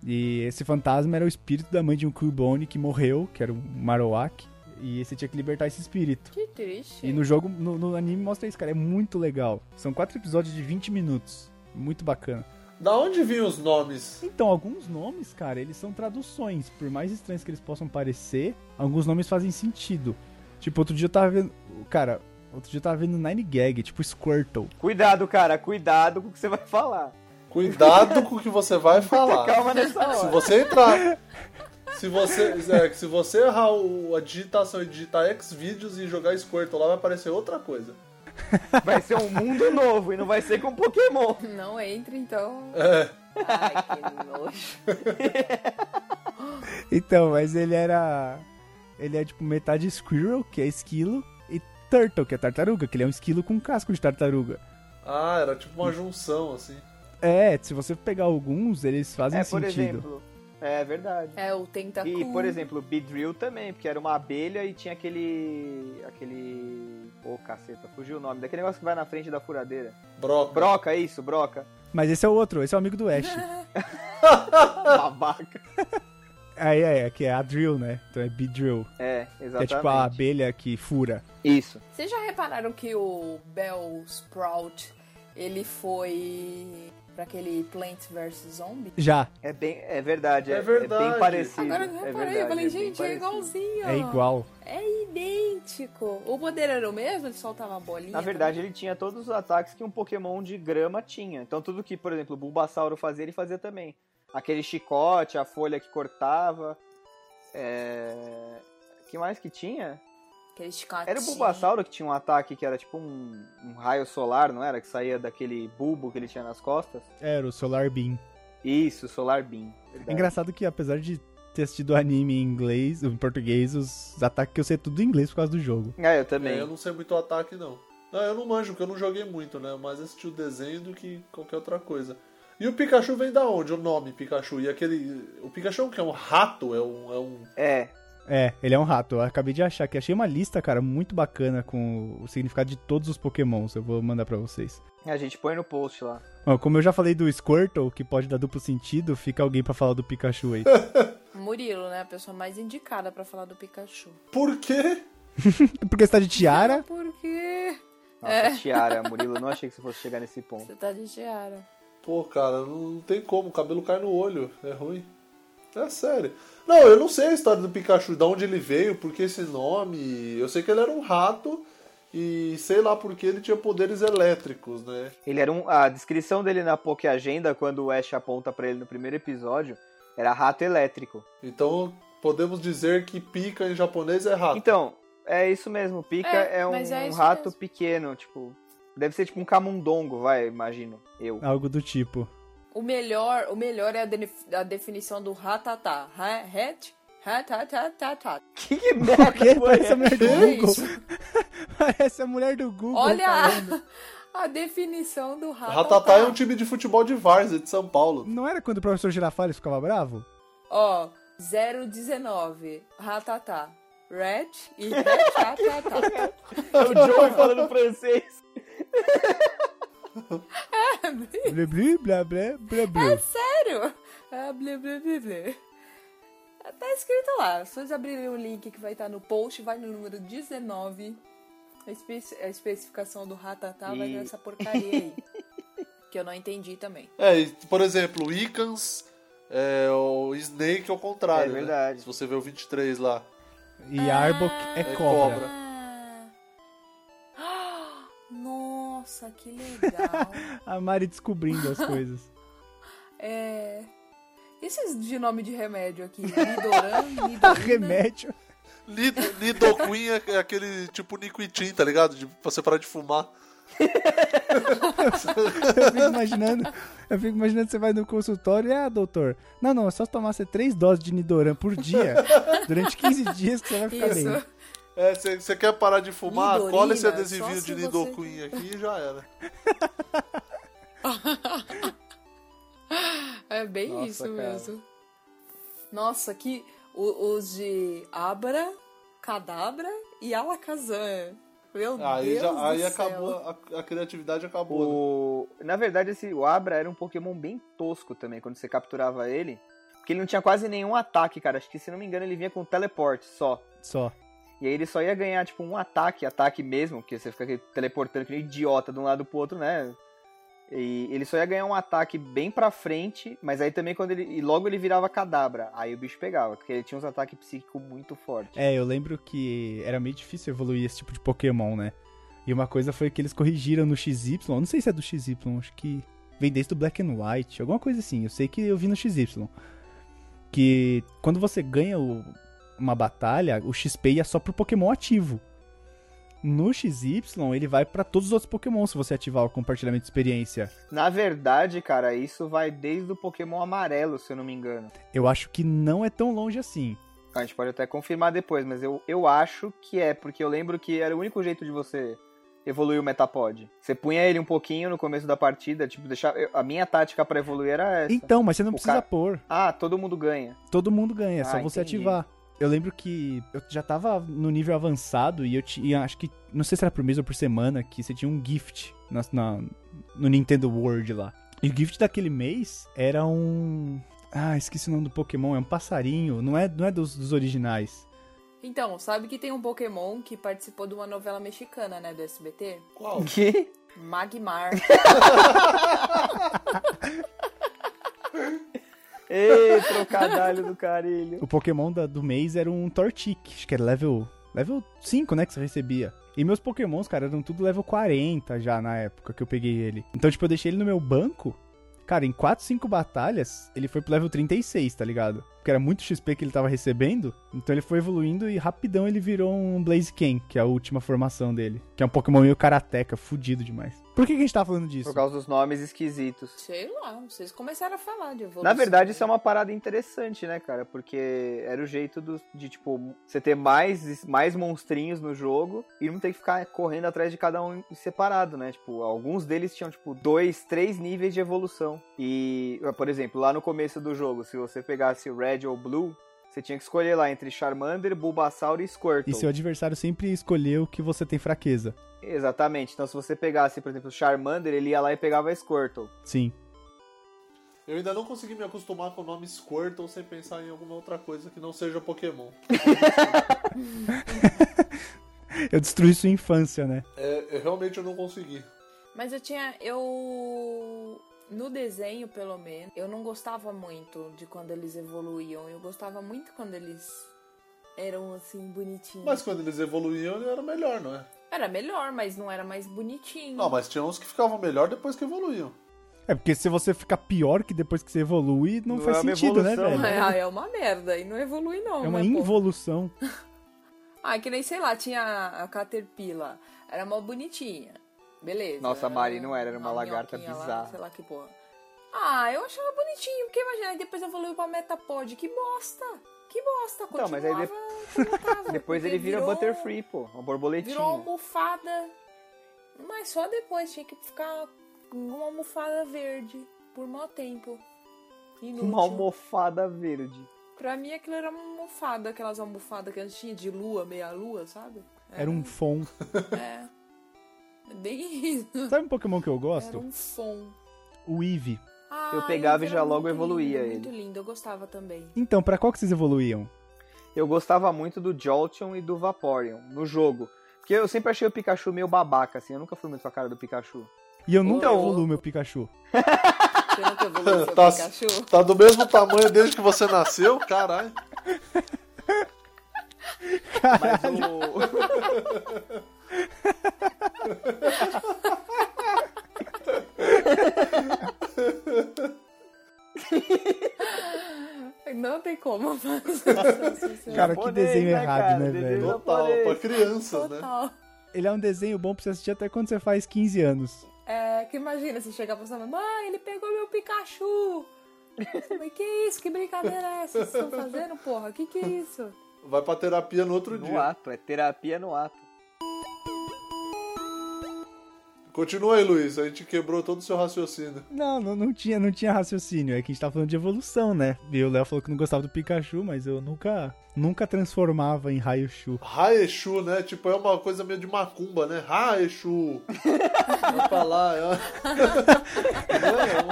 E esse fantasma era o espírito da mãe de um Cubone que morreu, que era um Marowak, e você tinha que libertar esse espírito. Que triste. E no jogo, no, no anime mostra isso, cara, é muito legal. São quatro episódios de 20 minutos. Muito bacana. Da onde vinham os nomes? Então, alguns nomes, cara, eles são traduções. Por mais estranhos que eles possam parecer, alguns nomes fazem sentido. Tipo, outro dia eu tava vendo. Cara, outro dia eu tava vendo Nine Gag, tipo Squirtle. Cuidado, cara, cuidado com o que você vai falar. Cuidado com o que você vai falar. Calma nessa Se hora. você entrar. Se você, é, se você errar o- a digitação e digitar Xvideos e jogar Squirtle lá, vai aparecer outra coisa. Vai ser um mundo novo e não vai ser com Pokémon. Não entra, então. É. Ai, que nojo. Então, mas ele era. Ele é tipo metade Squirrel, que é esquilo, e Turtle, que é tartaruga, que ele é um esquilo com casco de tartaruga. Ah, era tipo uma junção, assim. É, se você pegar alguns, eles fazem É, por sentido. exemplo. É verdade. É o Tentacu. E, por exemplo, Beedrill também, porque era uma abelha e tinha aquele. aquele. Ô, caceta, fugiu o nome. Daquele negócio que vai na frente da furadeira. Broca. Broca, é isso, broca. Mas esse é o outro, esse é o amigo do Ash. Babaca. Aí é, é, que é a Drill, né? Então é B-Drill. É, Que é exatamente. tipo a abelha que fura. Isso. Vocês já repararam que o Bell Sprout ele foi pra aquele Plants vs Zombies? Já, É bem. É verdade. É É, é verdade. bem parecido. Agora eu reparei, é verdade, eu falei, é bem gente, é parecido. igualzinho. É igual. É idêntico. O poder era o mesmo? Ele soltava a bolinha? Na verdade, ele tinha todos os ataques que um Pokémon de grama tinha. Então, tudo que, por exemplo, o Bulbasauro fazia, ele fazia também. aquele chicote, a folha que cortava. É... que mais que tinha? Aquele chicote. Era o Bulbasauro que tinha um ataque que era tipo um, um raio solar, não era? Que saía daquele bulbo que ele tinha nas costas. Era o Solar Beam. Isso, Solar Beam. É engraçado que apesar de ter assistido anime em inglês, em português, os ataques que eu sei é tudo em inglês por causa do jogo. É, eu também. É, eu não sei muito o ataque, não. Não, eu não manjo, porque eu não joguei muito, né? Mas assisti o desenho do que qualquer outra coisa. E o Pikachu vem da onde, o nome Pikachu? E aquele... O Pikachu é um que? É um rato? É um... É um... É, É, ele é um rato. Eu acabei de achar que achei uma lista, cara, muito bacana com o significado de todos os pokémons. Eu vou mandar pra vocês. a gente põe no post lá. Ó, como eu já falei do Squirtle, que pode dar duplo sentido, fica alguém pra falar do Pikachu aí. Murilo, né? A pessoa mais indicada pra falar do Pikachu. Por quê? Porque você tá de tiara, Por quê? Nossa, Tiara, Murilo, não achei que você fosse chegar nesse ponto. Você tá de tiara. Pô, cara, não, não tem como. O cabelo cai no olho. É ruim. É sério. Não, eu não sei a história do Pikachu, de onde ele veio, por que esse nome. Eu sei que ele era um rato e sei lá por que ele tinha poderes elétricos, né? Ele era um. A descrição dele na Poké Agenda, quando o Ash aponta pra ele no primeiro episódio, era rato elétrico. Então podemos dizer que pica em japonês é rato. Então, é isso mesmo. Pika é, É, um, mas é um isso rato mesmo. pequeno, tipo. Deve ser tipo um camundongo, vai, imagino. Eu. algo do tipo. O melhor, o melhor é a, de- a definição do ratatá. Ra- Hat? Ratatatatá. Que, que merda Que? foi Parece a mulher do É Google. isso. Parece a mulher do Google. Olha falando. a definição do ratatá. tá Ratatá é um time de futebol de Várzea, de São Paulo. Não era quando o professor Girafales ficava bravo? Ó, 019. Ratatá. Rat e ratatá. É o Joey falando francês. Blá, blá, blá, blá, blá. Sério? Ah, blê, blê, blê, blê. Tá escrito lá. Se vocês abrirem o link que vai estar no post, vai no número 19. A, espe- a especificação do ratatá vai E- dar essa porcaria aí. que eu não entendi também. É, e, por exemplo, o Icans é o Snake ao contrário. É né? verdade. Se você vê o 23 lá. E Arbok é É cobra. cobra. Ah. Nossa, que legal. A Mari descobrindo as coisas. é... E esses de nome de remédio aqui? Nidoran, Nidorina. Remédio. Nido, Nidoqueen é aquele tipo Niquitin, tá ligado? De, pra você parar de fumar. Eu fico imaginando. Eu fico imaginando que você vai no consultório e, ah, doutor, não, não, é só tomar você três doses de Nidoran por dia durante 15 dias que você vai ficar Isso. bem. É, você você quer parar de fumar? Nidorina, cola esse só adesivinho se de você- Nidoqueen aqui e já era. É bem Nossa, isso cara. mesmo. Nossa, que o- os de Abra, Cadabra e Alakazam. Meu Aí, Deus do já, aí céu. acabou, a, a criatividade acabou. né? O... Na verdade, esse o Abra era um Pokémon bem tosco também, quando você capturava ele. Porque ele não tinha quase nenhum ataque, cara. Acho que, se não me engano, ele vinha com teleporte só. Só. E aí ele só ia ganhar, tipo, um ataque, ataque mesmo, porque você fica aqui teleportando que nem idiota de um lado pro outro, né? E ele só ia ganhar um ataque bem pra frente, mas aí também quando ele. E logo ele virava cadabra. Aí o bicho pegava, porque ele tinha uns ataques psíquicos muito fortes. É, eu lembro que era meio difícil evoluir esse tipo de Pokémon, né? E uma coisa foi que eles corrigiram no XY, eu não sei se é do XY, acho que vem desde o Black and White, alguma coisa assim. Eu sei que eu vi no XY. Que quando você ganha o- uma batalha, o XP ia só pro Pokémon ativo. No XY, ele vai pra todos os outros Pokémon se você ativar o compartilhamento de experiência. Na verdade, cara, isso vai desde o Pokémon amarelo, se eu não me engano. Eu acho que não é tão longe assim. A gente pode até confirmar depois, mas eu, eu acho que é, porque eu lembro que era o único jeito de você evoluir o Metapod. Você punha ele um pouquinho no começo da partida, tipo, deixar. eu- a minha tática pra evoluir era essa. Então, mas você não O precisa cara- pôr. Ah, todo mundo ganha. Todo mundo ganha, é só Ah, você entendi. ativar. Eu lembro que eu já tava no nível avançado e eu tinha, acho que, não sei se era por mês ou por semana, que você tinha um gift na, na- no Nintendo World lá. E o gift daquele mês era um. Ah, esqueci o nome do Pokémon, é um passarinho, não é, não é dos, dos originais. Então, sabe que tem um Pokémon que participou de uma novela mexicana, né, do SBT? Qual? Que? Magmar. Ei, trocadalho do carilho. O Pokémon da- do mês era um Torchic, acho que era level, level 5, né, que você recebia. E meus Pokémons, cara, eram tudo level 40 já na época que eu peguei ele. Então, tipo, eu deixei ele no meu banco Cara, em 4, 5 batalhas, ele foi pro level 36, tá ligado? Porque era muito XP que ele tava recebendo, então ele foi evoluindo e rapidão ele virou um Blaze Ken, que é a última formação dele. Que é um Pokémon meio karateca, fudido demais. Por que, que a gente tá falando disso? Por causa dos nomes esquisitos. Sei lá, vocês começaram a falar de evolução. Na verdade, isso é uma parada interessante, né, cara? Porque era o jeito do- de, tipo, você ter mais, mais monstrinhos no jogo e não ter que ficar correndo atrás de cada um separado, né? Tipo, alguns deles tinham, tipo, dois, três níveis de evolução. E, por exemplo, lá no começo do jogo, se você pegasse o Red ou Blue, você tinha que escolher lá entre Charmander, Bulbasaur e Squirtle. E seu adversário sempre escolheu que você tem fraqueza. Exatamente. Então, se você pegasse, por exemplo, o Charmander, ele ia lá e pegava Squirtle. Sim. Eu ainda não consegui me acostumar com o nome Squirtle sem pensar em alguma outra coisa que não seja Pokémon. Eu destruí sua infância, né? É, eu realmente eu não consegui. Mas eu tinha. Eu. No desenho, pelo menos, eu não gostava muito de quando eles evoluíam. Eu gostava muito quando eles eram assim, bonitinhos. Mas quando eles evoluíam, ele era melhor, não é? Era melhor, mas não era mais bonitinho. Não, mas tinha uns que ficavam melhor depois que evoluíam. É porque se você ficar pior que depois que você evolui, não, Não faz é uma sentido, né, evolução, velho? né? É, é uma merda, e não evolui não, É uma né, pô? involução. Ah, que nem, sei lá, tinha a Caterpillar. Era mó bonitinha. Beleza. Nossa, era Mari, não era, era uma lagarta minhoquinha Lá, bizarra. sei lá que porra. Ah, eu achava bonitinho, porque imagina, aí depois evoluiu pra Metapod. Que bosta! Que bosta! Não, Continuava Então, mas aí de- como tava, Depois porque ele vira virou- Butterfree, pô. Uma borboletinha. Virou almofada. Mas só depois tinha que ficar com uma almofada verde por mó tempo. Inútil. Uma almofada verde. Pra mim aquilo era uma almofada, aquelas almofadas que a gente tinha de lua, meia-lua, sabe? Era um fom. É. Bem isso. Sabe um Pokémon que eu Era gosto? um som. O Eevee. Ah, Eu pegava e ele já era logo muito lindo, evoluía era ele. Muito lindo, eu gostava também. Então, pra qual que vocês evoluíam? Eu gostava muito do Jolteon e do Vaporeon no jogo. Porque eu sempre achei o Pikachu meio babaca, assim. Eu nunca fui muito com a cara do Pikachu. E eu nunca Ô, evoluo ô. meu Pikachu. Você nunca evoluiu seu Tá- Pikachu? Tá do mesmo tamanho desde que você nasceu? Caralho. Mas o... Não tem como fazer isso. Cara, que japonês, desenho né, errado, cara? né, Desenho velho? Total, Japonês. pra crianças, né? Total. Ele é um desenho bom pra você assistir até quando você faz 15 anos. É, que imagina, você chegar pra sua mãe, mãe, ele pegou meu Pikachu. Sua mãe, que isso? Que brincadeira é essa? Vocês estão fazendo, porra? Que que é isso? Vai pra terapia no outro no dia. ato. É terapia no ato. Continua aí, Luiz. A gente quebrou todo o seu raciocínio. Não, não, não tinha, não tinha raciocínio. É que a gente tá falando de evolução, né? E o Léo falou que não gostava do Pikachu, mas eu nunca, nunca transformava em Raichu. Raexu, né? Tipo, é uma coisa meio de macumba, né? Raexu. Vai pra lá. É,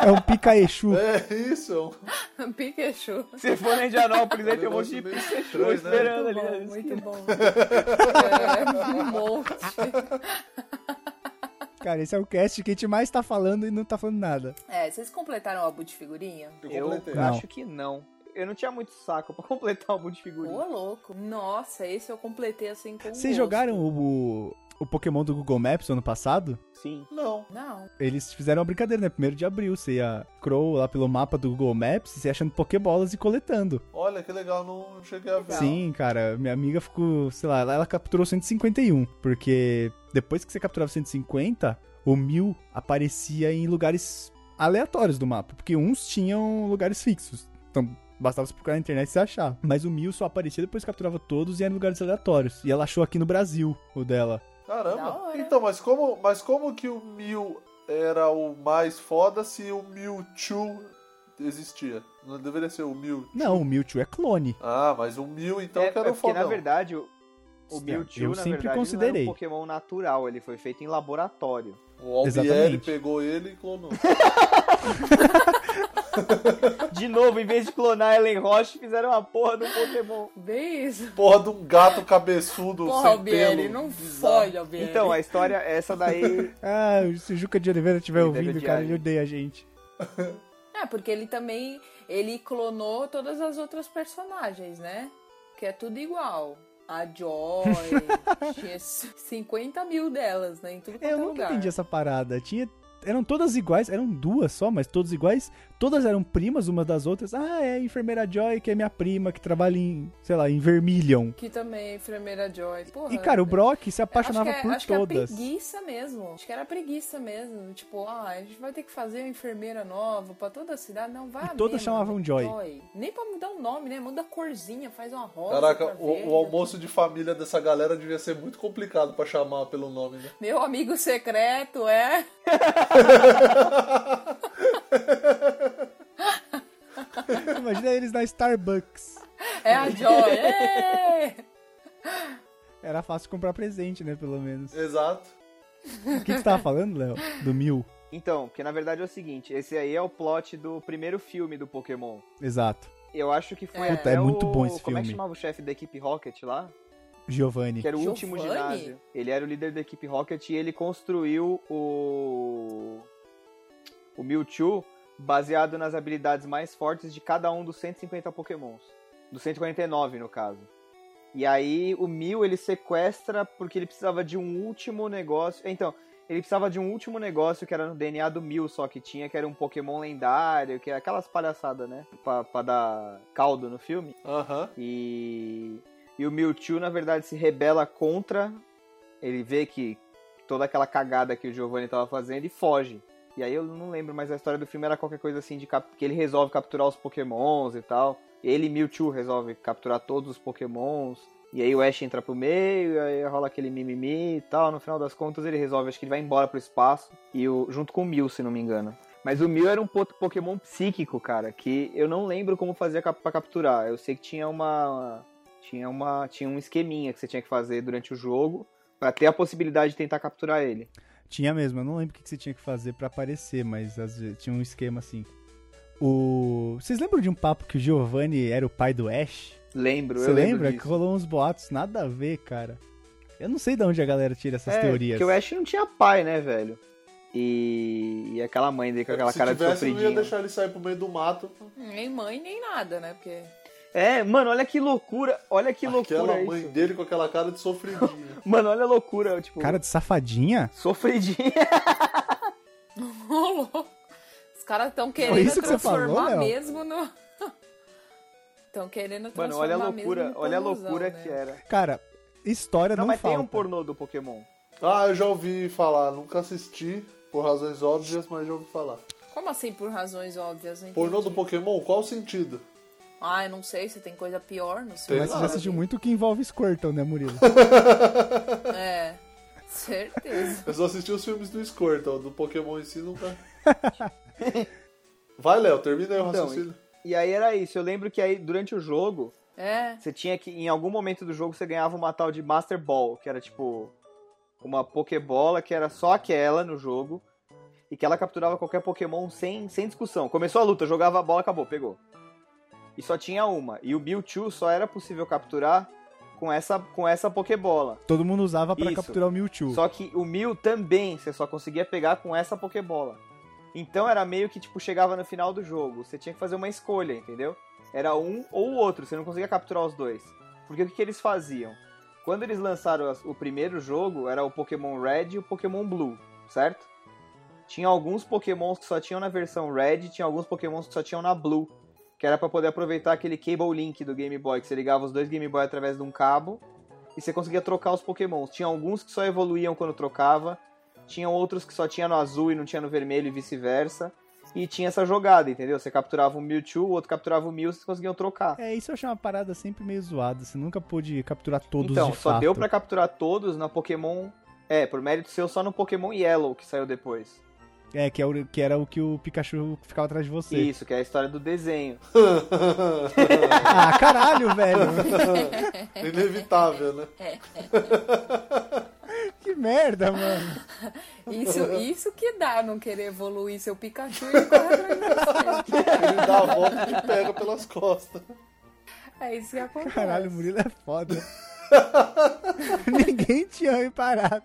É um Pikachu. é isso. É um... Pikachu. Se for na Indianópolis, aí tem um monte de negócio meio Pikachu estranho, né? esperando Muito ali. bom, né? muito bom. É, um monte. Cara, esse é o cast que a gente mais tá falando e não tá falando nada. É, vocês completaram o álbum de figurinha? Eu completei. Não. acho que não. Eu não tinha muito saco pra completar o álbum de Ô, figurinha. louco. Nossa, esse eu completei assim com Vocês gosto. jogaram o, o Pokémon do Google Maps ano passado? Sim. Não. Não. Eles fizeram uma brincadeira, né? Primeiro de abril, você ia crow lá pelo mapa do Google Maps, você ia achando Pokébolas e coletando. Olha, que legal. Não cheguei a ver. Legal. Sim, cara, minha amiga ficou, sei lá, ela- ela capturou 151, porque depois que você capturava 150, o mil aparecia em lugares aleatórios do mapa, porque uns tinham lugares fixos. Então, bastava você procurar na internet e você achar. Mas o mil só aparecia depois que capturava todos e era em lugares aleatórios. E ela achou aqui no Brasil o dela. Da Caramba. hora. Então, mas como, mas como que o Mil era o mais foda se o Mewtwo existia? Não deveria ser o Mewtwo. Não, o Mewtwo é clone. Ah, mas o Mil então é, que era é o porque, fodão. na verdade, o, o Não, Mewtwo, eu na sempre verdade, não considerei. era um Pokémon natural. Ele foi feito em laboratório. O Albieri Exatamente. pegou ele e clonou. De novo, em vez de clonar Ellen Roche, fizeram uma porra do Pokémon. Bem isso. Porra de um gato cabeçudo Porra, sem pelo. Albieri, não fode, Albieri. Então, é- a história, essa daí. Ah, se o Juca de Oliveira estiver Ele deve ouvindo, odiar cara, ele ele. odeia a gente. É, porque ele também, ele clonou todas as outras personagens, né? Que é tudo igual. A Joy, tinha c- 50 mil delas, né? Em tudo quanto É, eu é nunca lugar. entendi essa parada. Tinha eram todas iguais, eram duas só, mas todas iguais. Todas eram primas umas das outras. Ah, é a enfermeira Joy, que é minha prima, que trabalha em, sei lá, em Vermilion. Que também é enfermeira Joy. Porra, é E, cara, o velho. Brock se acho apaixonava que é, por acho todas. Que é preguiça mesmo. Acho que era preguiça mesmo. Tipo, ah, a gente vai ter que fazer uma enfermeira nova pra toda a cidade. Não, vai E a todas mesma, chamavam Joy. Nem pra mudar o nome, né? Muda a corzinha, faz uma rosa. Caraca, pra né? verde. o, o almoço de família dessa galera devia ser muito complicado pra chamar pelo nome, né? Meu amigo secreto é. Imagina eles na Starbucks. É a Joy. É! Era fácil comprar presente, né, pelo menos. Exato. O que, que você tava falando, Léo? Do Mil. Então, porque na verdade é o seguinte, esse aí é o plot do primeiro filme do Pokémon. Exato. Eu acho que foi É. até Puta, é muito o- bom esse Como é que filme. chamava o chefe da equipe Rocket lá? Giovanni. Que era o Giovanni? último ginásio. Ele era o líder da equipe Rocket e ele construiu o. O Mewtwo baseado nas habilidades mais fortes de cada um dos 150 Pokémons. Dos 149, no caso. E aí o Mew ele sequestra porque ele precisava de um último negócio. Então, ele precisava de um último negócio que era no DNA do Mew só que tinha, que era um Pokémon lendário, que era aquelas palhaçadas, né? Pra, pra dar caldo no filme. Aham. E, e o Mewtwo, na verdade, se rebela contra. Ele vê que toda aquela cagada que o Giovanni tava fazendo e foge. E aí eu não lembro, mas a história do filme era qualquer coisa assim de cap- que ele resolve capturar os pokémons e tal. Ele, Mewtwo, resolve capturar todos os pokémons. E aí o Ash entra pro meio, e aí rola aquele mimimi e tal. No final das contas ele resolve, acho que ele vai embora pro espaço. E o, junto com o Mew, se não me engano. Mas o Mew era um po- Pokémon psíquico, cara, que eu não lembro como fazia cap- pra capturar. Eu sei que tinha uma. Tinha uma. Tinha um esqueminha que você tinha que fazer durante o jogo pra ter a possibilidade de tentar capturar ele. Tinha mesmo, eu não lembro o que que você tinha que fazer pra aparecer, mas às vezes tinha um esquema assim. O. Vocês lembram de um papo que o Giovanni era o pai do Ash? Lembro, Você eu lembro. lembra? Que disso. rolou uns boatos, nada a ver, cara. Eu não sei de onde a galera tira essas É, teorias. Porque o Ash não tinha pai, né, velho? E, e aquela mãe dele com aquela É, Se cara de tivesse, não ia sofridinho. deixar ele sair pro meio do mato. Nem mãe, nem nada, né? Porque. É, mano, olha que loucura. Olha que Aquela loucura é mãe isso. dele com aquela cara de sofridinha. Mano, olha a loucura, tipo, Cara de safadinha? sofridinho. Ô, louco. Os caras estão querendo isso que você falou, transformar Léo? mesmo no. Estão querendo transformar Mano, olha a loucura, mesmo em olha a pornozão, loucura né? que é. era. Cara, história Não, não, mas falta. tem um pornô do Pokémon. ah, eu já ouvi falar, nunca assisti, por razões óbvias, mas já ouvi falar. Como assim, por razões óbvias? né? Não Pornô entendi. do Pokémon, qual o sentido? Ah, eu não sei se tem coisa pior, não sei. Mas você já assistiu muito o que envolve Squirtle, né, Murilo? É, certeza. Eu só assisti os filmes do Squirtle, do Pokémon em si nunca. Vai, Léo, termina aí o Então, raciocínio. E aí era isso. Eu lembro que aí durante o jogo, É, você tinha que. Em algum momento do jogo, você ganhava uma tal de Master Ball, que era tipo. Uma Pokébola que era só aquela no jogo. E que ela capturava qualquer Pokémon sem, sem discussão. Começou a luta, jogava a bola, acabou, pegou. E só tinha uma. E o Mewtwo só era possível capturar com essa, com essa Pokébola. Todo mundo usava pra Isso. capturar o Mewtwo. Só que o Mew também, você só conseguia pegar com essa Pokébola. Então era meio que, tipo, chegava no final do jogo, você tinha que fazer uma escolha, entendeu? Era um ou o outro, você não conseguia capturar os dois. Porque o que, que eles faziam? Quando eles lançaram as- o primeiro jogo, era o Pokémon Red e o Pokémon Blue, certo? Tinha alguns Pokémons que só tinham na versão Red, tinha alguns Pokémons que só tinham na Blue. Que era pra poder aproveitar aquele Cable Link do Game Boy, que você ligava os dois Game Boy através de um cabo e você conseguia trocar os pokémons. Tinha alguns que só evoluíam quando trocava, tinham outros que só tinha no azul e não tinha no vermelho e vice-versa. E tinha essa jogada, entendeu? Você capturava um Mewtwo, o outro capturava o Mew, vocês conseguiam trocar. É, isso eu achei uma parada sempre meio zoada. Você nunca pôde capturar todos então, de só fato. deu pra capturar todos na Pokémon... É, por mérito seu, só no Pokémon Yellow, que saiu depois. É, que, é o- que era o que o Pikachu ficava atrás de você. Isso, que é a história do desenho. Ah, caralho, velho! É. Inevitável, né? Que merda, mano! isso, isso que dá não querer evoluir seu Pikachu e correr atrás de você. Ele dá a volta e te pega pelas costas. É isso que acontece. Caralho, o Murilo é foda. Ninguém tinha reparado.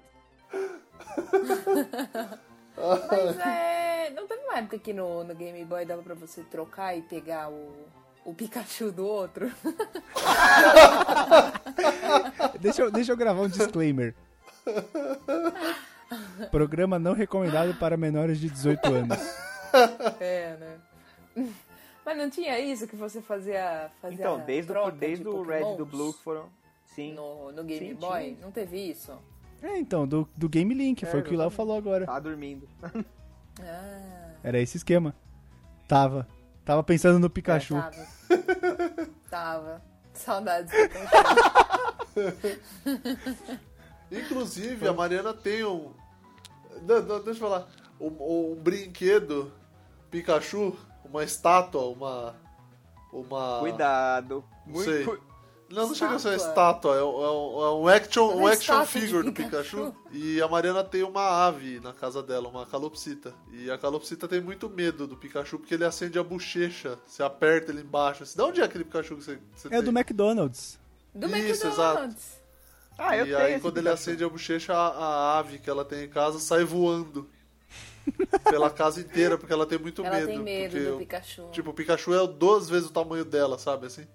Mas é. Não teve uma época que no, no Game Boy dava pra você trocar e pegar o, o Pikachu do outro? Deixa eu, deixa eu gravar um disclaimer. Programa não recomendado para menores de 18 anos. É, né? Mas não tinha isso que você fazia. fazia Então, desde, o, troca desde de o Red e do Pokémons Blue que foram. Sim. No, no Game Sim, Boy? tinha. Não teve isso? É, então, do, do Game Link, foi o que o Léo exatamente. falou agora. Tá dormindo. Ah, Era esse esquema. Tava. Tava pensando no Pikachu. É, tava. tava. Saudades do Pikachu. Inclusive, É. a Mariana tem um. de- de- Deixa eu falar. Um, um brinquedo Pikachu, uma estátua, uma. Uma. Cuidado. Muito. Ah. sei. Não, não chega a ser uma estátua, Estátua. é um, é um- é um action, um Uma action estátua de figure do Pikachu. Pikachu. E a Mariana tem uma ave na casa dela, uma calopsita. E a calopsita tem muito medo do Pikachu porque ele acende a bochecha, você aperta ele embaixo. Assim, de onde é aquele Pikachu que você, que você É o do tem? McDonald's. Do Isso, McDonald's. Ah, eu e tenho aí, esse quando ele Pikachu. acende a bochecha, a, a ave que ela tem em casa sai voando pela casa inteira, porque ela tem muito Ela medo. tem medo porque do o- Pikachu. Tipo, o Pikachu é duas vezes o tamanho dela, sabe? Assim.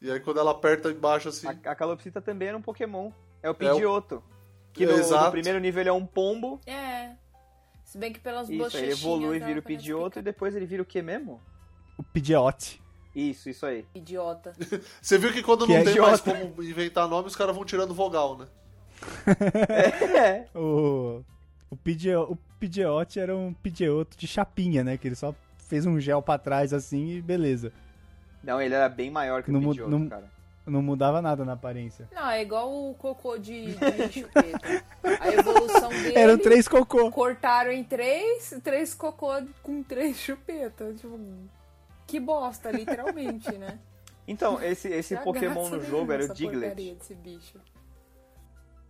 E aí, quando ela aperta embaixo, assim. A, a Calopsita também era um Pokémon. É É o o- Pidgeotto. Que É, no, exato. no primeiro nível ele é um pombo. É. Se bem que pelas Isso, bochechinhas... aí ele evolui, ela vira o parece Pidgeotto e depois ele vira o que mesmo? O Pidgeot. Isso, isso aí. Pikachu. Idiota. Você viu que quando Que não é tem mais idiota. como inventar nome, os caras vão tirando vogal, né? É. O, o, Pidge, o Pidgeot era um Pidgeotto de chapinha, né? Que ele só fez um gel pra trás assim e beleza. Não, ele era bem maior que Não o mu- Pidgeotto, não- cara. Não mudava nada na aparência. Não, é igual o cocô de, de chupeta. A evolução dele... Eram três cocô. Cortaram em três, três cocô com três chupetas. Tipo, que bosta, literalmente, né? Então, esse, esse Não há Pokémon graça no jogo nenhuma era essa o Diglett. porcaria desse bicho.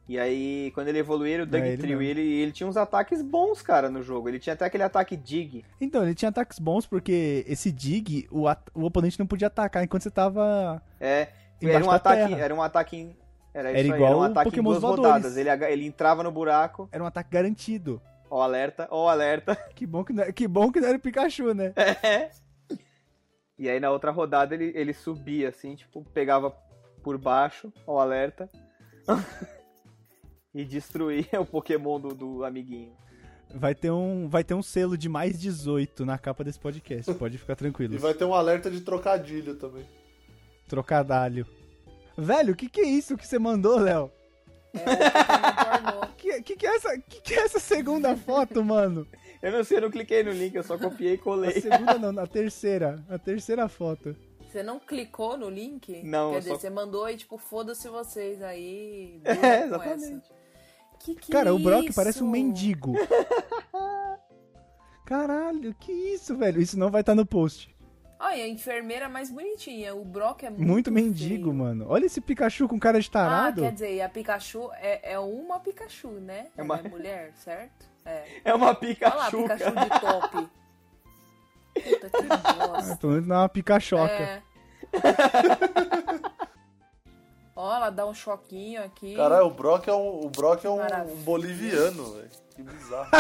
E aí, quando ele evoluiu, o É, ele Dugtrio, mesmo. ele, ele tinha uns ataques bons, cara, no jogo. Ele tinha até aquele ataque Dig. Então, ele tinha ataques bons porque esse dig, o, at- o oponente não podia atacar enquanto você tava É, embaixo era um da ataque, terra. era um ataque em- era, Era isso aí, igual era um o ataque em Pokémon duas voadores. rodadas. Ele, aga- ele entrava no buraco, Era um ataque garantido. ó alerta, ó alerta. Que bom que não, é, que bom que não era o Pikachu, né? É. E aí na outra rodada ele, ele subia assim, tipo, pegava por baixo, ó alerta. e destruía o Pokémon do, do amiguinho. Vai ter um vai ter um selo de mais 18 na capa desse podcast. Pode ficar E tranquilo. vai ter um alerta de trocadilho também. Trocadalho. Velho, o que que é isso que você mandou, Léo? É, o Pokémon pornô. Que que, que é essa que que é essa segunda foto, mano? Eu não sei, eu não cliquei no link, eu só copiei e A colei. segunda não, a terceira, a terceira foto. Você não clicou no link? Não, Quer eu dizer, só- você mandou e tipo, foda-se vocês aí. É, durma com exatamente. essa. Que que Cara, é o Brock isso? parece um mendigo. Caralho, que isso, velho? Isso não vai estar no post. Olha, a enfermeira mais bonitinha. O Brock é muito. Muito mendigo, feio. mano. Olha esse Pikachu com cara de Ah, tarado. quer dizer, a Pikachu é, é uma Pikachu, né? É uma- Ela é mulher, certo? É. É uma Olha lá, Pikachu, Pikachu cara. de top. Puta que bosta. Pelo menos não é uma Pikachoca. É. Ó, ela dá um choquinho aqui. Caralho, o Brock é um, o Brock é um, Maravilha. boliviano, velho. Que bizarro.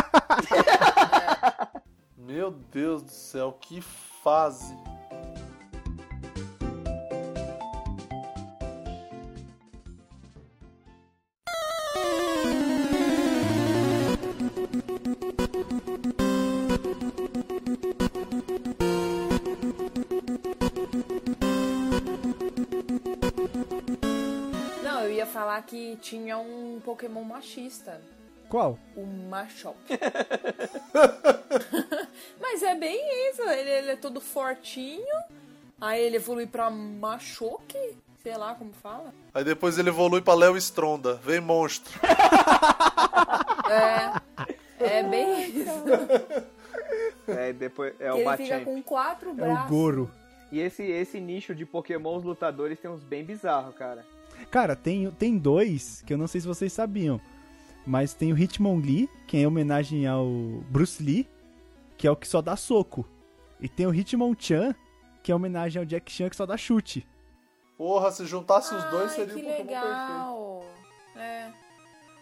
Meu Deus do céu, que fase. Não, eu ia falar que tinha um Pokémon machista. Qual? O Machop. Mas é bem isso. Ele, ele é todo fortinho. Aí ele evolui pra Machoque. Sei lá como fala. Aí depois ele evolui pra Léo Stronda. Vem monstro. É bem isso. É, depois é o ele Machamp. fica com quatro É o braços. Goro. E esse, esse nicho de pokémons lutadores tem uns bem bizarros, cara. Cara, tem, tem dois que eu não sei se vocês sabiam. Mas tem o Hitmonlee, que é em homenagem ao Bruce Lee, que é o que só dá soco. E tem o Hitmonchan, que é homenagem ao Jack Chan, que só dá chute. Porra, se juntasse os dois Ai, seria um que Pokémon perfeito. legal. É.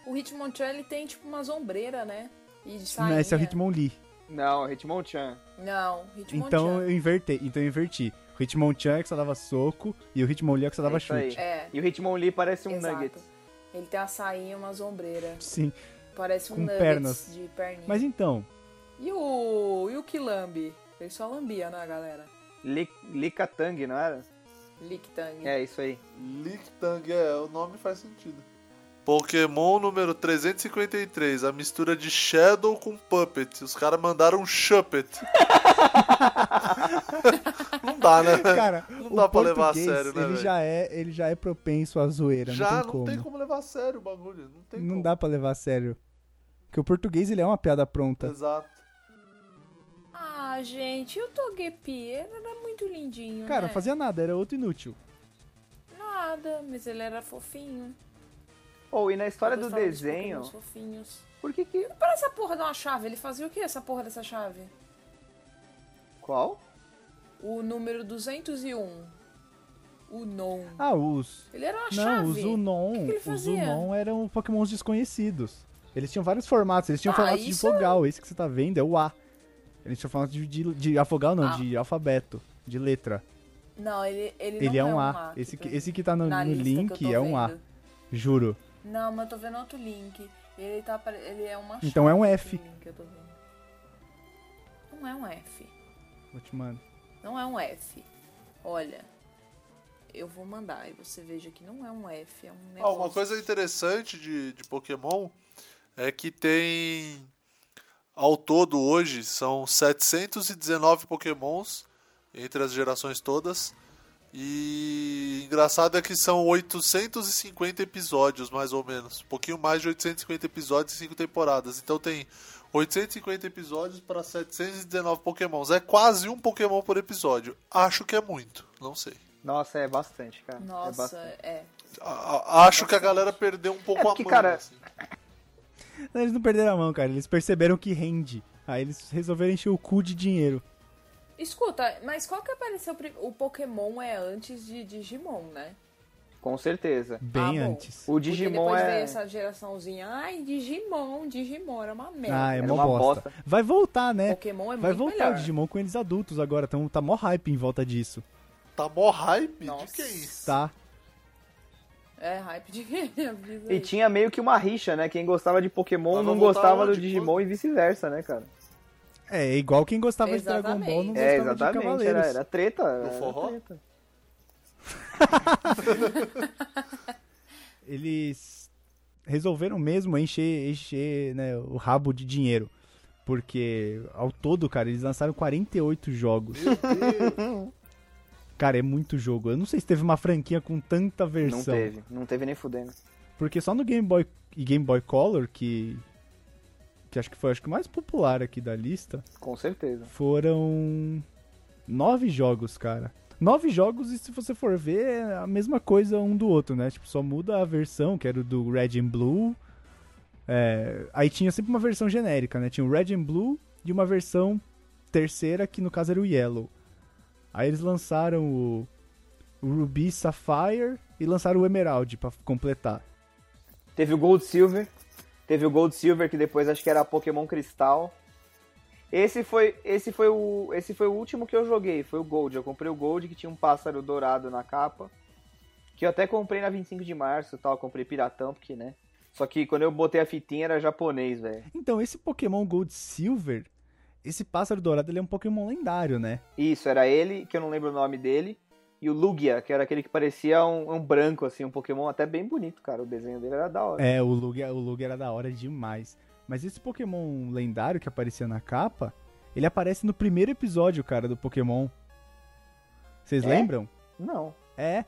O Hitmonchan, ele tem tipo uma ombreira, né? E de Não, esse é o sainha. Hitmonlee. Não, Hitmonchan. Não, Hitmonchan. Então eu invertei, então eu inverti. O Hitmonchan é que só dava soco e o Hitmonlee é que só dava isso aí. chute. É, E o Hitmonlee parece um exato. nugget. Ele tem a sainha e umas ombreiras. Sim. Parece um Com nuggets pernas. de perninha. Mas então, E o. E o que lambe? Ele só lambia, né, galera? Licatang, não era? Lictang. É, isso aí. Lictang, é, o nome faz sentido. Pokémon número 353, a mistura de Shadow com Puppet. Os caras mandaram um Shuppet. Não dá, né? cara, Não o dá pra levar a português, sério, né, ele velho? já é, ele já é propenso à zoeira, Já não não tem como. tem como levar a sério o bagulho. Não tem Não como. dá pra levar a sério. Porque o português ele é uma piada pronta. Exato. Ah, gente, e o Togepi? Ele era muito lindinho. Cara, né? não fazia nada, era outro inútil. Nada, mas ele era fofinho. Ou e na história Eu do gostava de desenho, Pokémons fofinhos. por que que... Para essa porra de uma chave, ele fazia o que essa porra dessa chave? Qual? O número 201. O non. Ah, os Ele era uma Não, chave. os Unon, que ele os fazia? Unon eram pokémons desconhecidos. Eles tinham vários formatos, eles tinham Ah, formatos de isso- vogal, esse que você tá vendo é o A. Eles tinham formato de, de, de ah, vogal não, Ah. de alfabeto, de letra. Não, ele, ele, Ele, não é um A. aqui esse, pra que, mim. esse que tá no, tipo, Na no lista que eu link tô é um A, vendo. juro. Não, mas eu tô vendo outro link. Ele tá apare- ele é uma Então chave é um esse F. link que eu tô vendo. Não é um F. Vou te mandar. Não é um F. Olha. Eu vou mandar e você veja que não é um F, é um Ah, negócio. uma coisa interessante de, de Pokémon é que tem. Ao todo, hoje, são 719 Pokémons entre as gerações todas. E engraçado é que são 850 episódios, mais ou menos. Um pouquinho mais de 850 episódios e 5 temporadas. Então tem 850 episódios para 719 Pokémons. É quase um Pokémon por episódio. Acho que é muito, não sei. Nossa, é bastante, cara. é Nossa, bastante. é. A- a- Acho que a galera perdeu um pouco É porque, a mão. cara, assim. Não, Eles não perderam a mão, cara, eles perceberam que rende. Aí eles resolveram encher o cu de dinheiro. Escuta, mas qual que apareceu pri- o Pokémon é antes de Digimon, né? Com certeza. Bem Ah, bom. antes. O Porque Digimon depois é... veio essa geraçãozinha, ai, Digimon, Digimon era uma merda. Ah, é Era mó uma bosta. bosta. Vai voltar, né? Pokémon é Vai muito voltar melhor. o Digimon com eles adultos agora, então tá mó hype em volta disso. Tá mó hype? Nossa. De que é isso? Tá. É hype de avisa E aí. tinha meio que uma rixa, né? Quem gostava de Pokémon Mas não vai voltar gostava do onde? Digimon e vice-versa, né, cara? É, igual quem gostava de Dragon Ball não Exatamente. gostava É, de exatamente. Era, Cavaleiros. era treta. Era forró? treta. Eles resolveram mesmo encher, encher né, o rabo de dinheiro. Porque ao todo, cara, eles lançaram 48 jogos. Cara, é muito jogo. Eu não sei se teve uma franquia com tanta versão. Não teve. Não teve nem fudendo. Porque só no Game Boy e Game Boy Color, que, que acho que foi acho que o mais popular aqui da lista, Com certeza. foram nove jogos, cara. Nove jogos e se você for ver, é a mesma coisa um do outro, né? Tipo, só muda a versão, que era o do Red and Blue. É, aí tinha sempre uma versão genérica, né? Tinha o Red and Blue e uma versão terceira, que no caso era o Yellow. Aí eles lançaram o, o Ruby Sapphire e lançaram o Emerald pra completar. Teve o Gold Silver. Teve o Gold Silver, que depois acho que era Pokémon Cristal. Esse foi, esse, foi o, esse foi o último que eu joguei, foi o Gold. Eu comprei o Gold, que tinha um pássaro dourado na capa. Que eu até comprei na 25 de março e tal, comprei piratão, porque, né? Só que quando eu botei a fitinha era japonês, velho. Então, esse Pokémon Gold Silver, esse pássaro dourado, ele é um Pokémon lendário, né? Isso, era ele, que eu não lembro o nome dele. E o Lugia, que era aquele que parecia um, um branco, assim, um Pokémon até bem bonito, cara. O desenho dele era da hora. É, o Lugia, o Lugia era da hora demais. Mas esse Pokémon lendário que aparecia na capa, ele aparece no primeiro episódio, cara, do Pokémon. Vocês É? lembram? Não. É.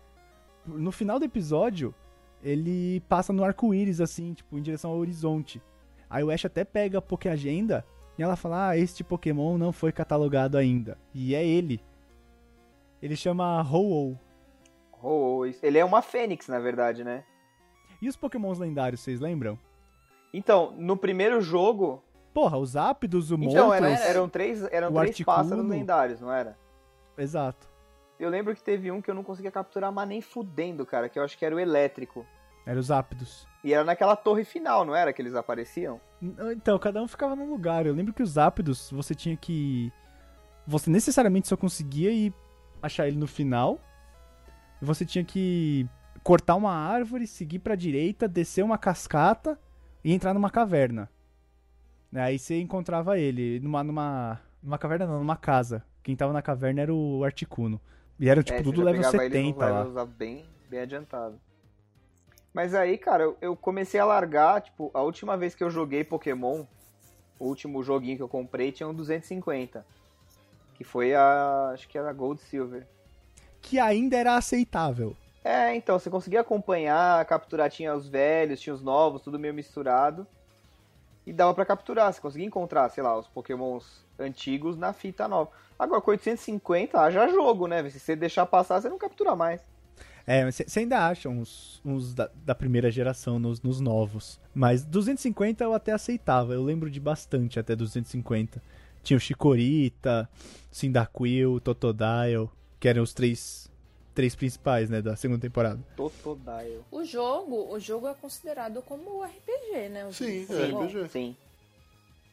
No final do episódio, ele passa no arco-íris, assim, tipo, em direção ao horizonte. Aí o Ash até pega a Pokéagenda e ela fala: Ah, este Pokémon não foi catalogado ainda. E é ele. Ele chama Ho-Oh. Oh, oh, isso- ele é uma fênix, na verdade, né? E os Pokémons lendários, vocês lembram? Então, no primeiro jogo. Porra, os Zapdos, o Moltres. Então, era- era- eram três, eram O três Articuno. pássaros lendários, não era? Exato. Eu lembro que teve um que eu não conseguia capturar, mas nem fudendo, cara, que eu acho que era o elétrico. Era os Zapdos. E era naquela torre final, não era? Que eles apareciam? N- Então, cada um ficava num lugar. Eu lembro que os Zapdos, você tinha que. Você necessariamente só conseguia ir achar ele no final. E Você tinha que cortar uma árvore, seguir pra direita, descer uma cascata e entrar numa caverna. Né, Aí você encontrava ele numa, numa. Numa caverna não, numa casa. Quem tava na caverna era o Articuno. E era tipo É, você tudo já level pegava ele 70 num lá. levelzão bem, bem adiantado. Mas aí, cara, eu, eu comecei a largar, tipo, a última vez que eu joguei Pokémon, o último joguinho que eu comprei tinha um 250. Que foi a. acho que era Gold Silver. Que ainda era aceitável. É, então, você conseguia acompanhar, capturar, tinha os velhos, tinha os novos, tudo meio misturado. E dava pra capturar, você conseguia encontrar, sei lá, os pokémons antigos na fita nova. Agora, com 850, haja jogo, né? Se você deixar passar, você não captura mais. É, mas você ainda acha uns, uns da, da primeira geração nos, nos novos. Mas 250 eu até aceitava. Eu lembro de bastante até 250. Tinha o Chikorita, Cyndaquil, Totodile, que eram os três, três principais, né, da segunda temporada. Totodile. O jogo, o jogo é considerado como RPG, né? O Sim, jogo de é futebol. RPG. Sim.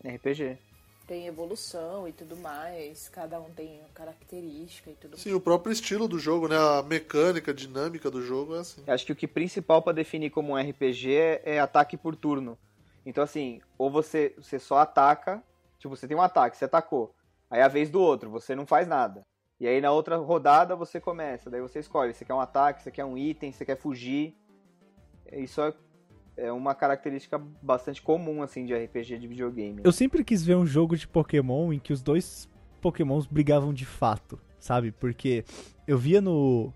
É RPG. Tem evolução e tudo mais, cada um tem característica e tudo mais. Sim, o próprio estilo do jogo, né? A mecânica, a dinâmica do jogo é assim. Acho que o que principal pra definir como um RPG é, é ataque por turno. Então, assim, ou você, você só ataca, tipo, você tem um ataque, você atacou. Aí é a vez do outro, você não faz nada. E aí na outra rodada você começa, daí você escolhe, você quer um ataque, você quer um item, você quer fugir. Isso é, é uma característica bastante comum, assim, de RPG de videogame. Eu sempre quis ver um jogo de Pokémon em que os dois Pokémons brigavam de fato, sabe? Porque eu via no,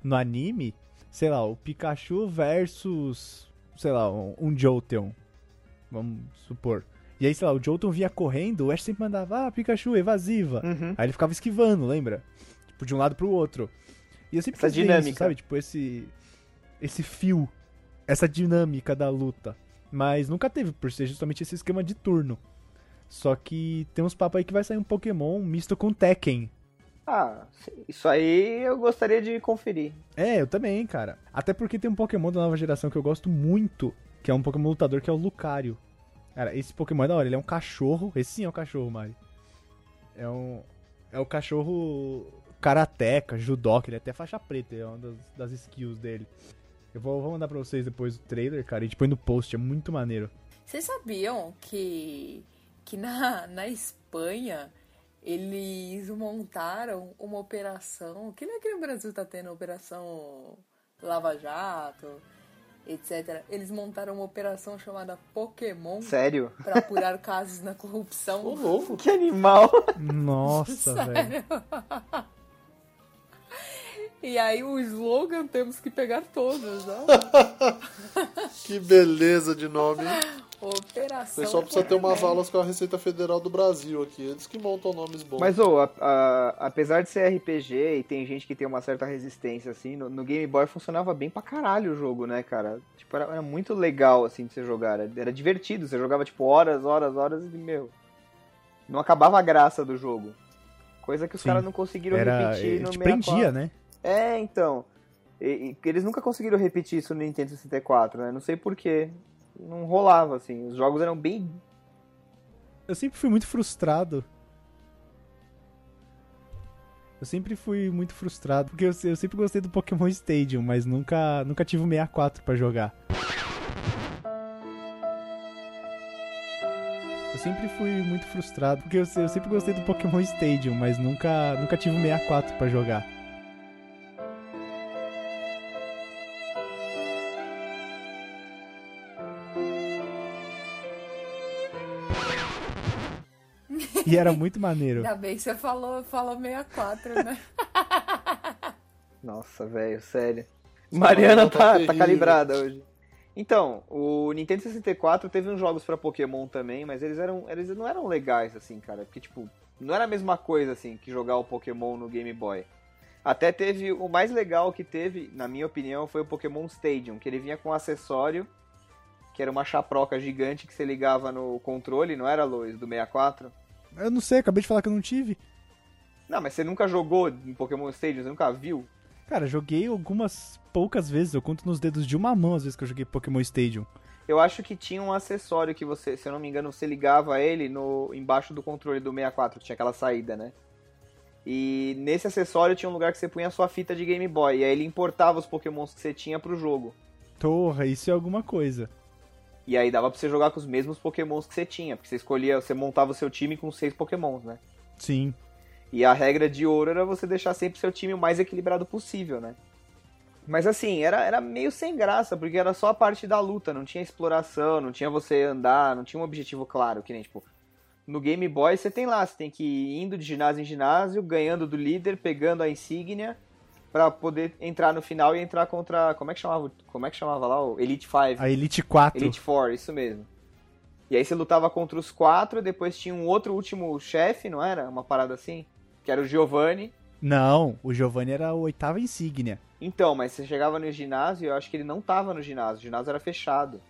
no anime, sei lá, o Pikachu versus, sei lá, um, um Jolteon. Vamos supor. E aí, sei lá, o Jolteon vinha correndo, o Ash sempre mandava, ah, Pikachu, evasiva. Uhum. Aí ele ficava esquivando, lembra? Tipo, de um lado pro outro. E eu sempre Essa quis ver dinâmica. isso, sabe? Tipo, esse. Esse fio. Essa dinâmica da luta. Mas nunca teve, por ser justamente esse esquema de turno. Só que tem uns papos aí que vai sair um Pokémon misto com Tekken. Ah, isso aí eu gostaria de conferir. É, eu também, cara. Até porque tem um Pokémon da nova geração que eu gosto muito, que é um Pokémon lutador que é o Lucario. Cara, esse Pokémon é da hora, ele é um cachorro. Esse sim é um cachorro, Mari. É um. É o cachorro karateca, judoca, ele é até faixa preta, é uma das, das skills dele. Eu vou, vou mandar pra vocês depois o trailer, cara, e depois no post, é muito maneiro. Vocês sabiam que, que na, na Espanha eles montaram uma operação, que nem aqui no Brasil tá tendo operação Lava Jato, etc. Eles montaram uma operação chamada Pokémon Sério? pra apurar casos na corrupção. Ô, louco. Que animal! Nossa, Sério. velho. E aí o slogan temos que pegar todos, né? Que beleza de nome. hein? O Operação. pessoal precisa ter uma Pokémon. valas com a Receita Federal do Brasil aqui. Eles que montam nomes bons. Mas, ô, a- a- apesar de ser RPG e tem gente que tem uma certa resistência, assim, no, no Game Boy funcionava bem pra caralho o jogo, né, cara? Tipo, era, era muito legal, assim, de você jogar. Era, era divertido, você jogava, tipo, horas, horas, horas e, meu, não acabava a graça do jogo. Coisa que os Sim. caras não conseguiram Era. repetir Ele no te prendia, 64. né? É, então. E- e eles nunca conseguiram repetir isso no Nintendo 64, né? Não sei porquê. Não rolava, assim. Os jogos eram bem Eu sempre fui muito frustrado. Eu sempre fui muito frustrado, porque eu, se- eu sempre gostei do Pokémon Stadium, mas nunca, nunca tive um o 64 pra jogar. Eu sempre fui muito frustrado, porque eu, se- eu sempre gostei do Pokémon Stadium, mas nunca, nunca tive um o 64 pra jogar. E era muito maneiro. Ainda bem que você falou, falou 64, né? Nossa, velho, sério. Mariana tá tá, tá terrível. calibrada hoje. Então, o Nintendo 64 teve uns jogos pra Pokémon também, mas eles eram eles não eram legais assim, cara, porque tipo, não era a mesma coisa assim que jogar o Pokémon no Game Boy. Até teve o mais legal que teve, na minha opinião, foi o Pokémon Stadium, que ele vinha com um acessório que era uma chaproca gigante que você ligava no controle, não era Lois do 64? Eu não sei, acabei de falar que eu não tive. Não, mas você nunca jogou em Pokémon Stadium, você nunca viu? Cara, joguei algumas poucas vezes, eu conto nos dedos de uma mão as vezes que eu joguei Pokémon Stadium. Eu acho que tinha um acessório que você, se eu não me engano, você ligava ele no embaixo do controle do 64, que tinha aquela saída, né? E nesse acessório tinha um lugar que você punha a sua fita de Game Boy, e aí ele importava os pokémons que você tinha pro jogo. Torra, isso é alguma coisa. E aí dava pra você jogar com os mesmos pokémons que você tinha, porque você escolhia, você montava o seu time com seis pokémons, né? Sim. E a regra de ouro era você deixar sempre o seu time o mais equilibrado possível, né? Mas assim, era, era meio sem graça, porque era só a parte da luta, não tinha exploração, não tinha você andar, não tinha um objetivo claro, que nem tipo. No Game Boy você tem lá, você tem que ir indo de ginásio em ginásio, ganhando do líder, pegando a insígnia, pra poder entrar no final e entrar contra. Como é que chamava? Como é que chamava lá? O Elite 5. A Elite 4. Elite Four, isso mesmo. E aí você lutava contra os quatro, depois tinha um outro último chefe, não era? Uma parada assim? Que era o Giovanni. Não, o Giovanni era a oitava insígnia. Então, mas você chegava no ginásio, eu acho que ele não tava no ginásio, o ginásio era fechado.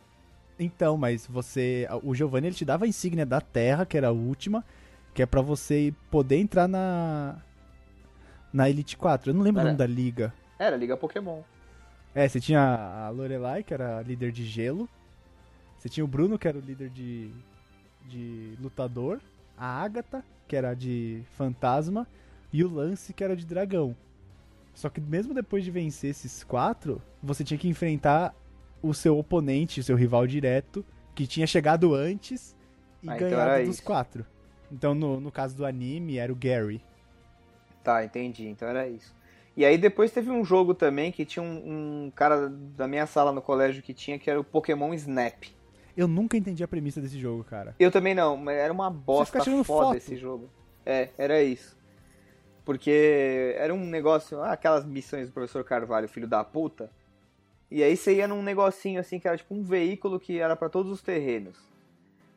Então, mas você. O Giovanni ele te dava a insígnia da Terra, que era a última, que é pra você poder entrar na. Na Elite 4. Eu não lembro Era- o nome da liga. Era Liga Pokémon. É, você tinha a Lorelai, que era a líder de gelo. Você tinha o Bruno, que era o líder de. de lutador. A Agatha, que era de fantasma. E o Lance, que era de dragão. Só que mesmo depois de vencer esses quatro, você tinha que enfrentar o seu oponente, o seu rival direto, que tinha chegado antes e Ah, então ganhado era dos isso. quatro. Então, no, no caso do anime, era o Gary. Tá, entendi. Então era isso. E aí depois teve um jogo também que tinha um, um cara da minha sala no colégio que tinha, que era o Pokémon Snap. Eu nunca entendi a premissa desse jogo, cara. Eu também não, mas era uma bosta fica tirando foda foto. esse jogo. É, era isso. Porque era um negócio, ah, aquelas missões do professor Carvalho, filho da puta. E aí você ia num negocinho assim que era tipo um veículo que era pra todos os terrenos.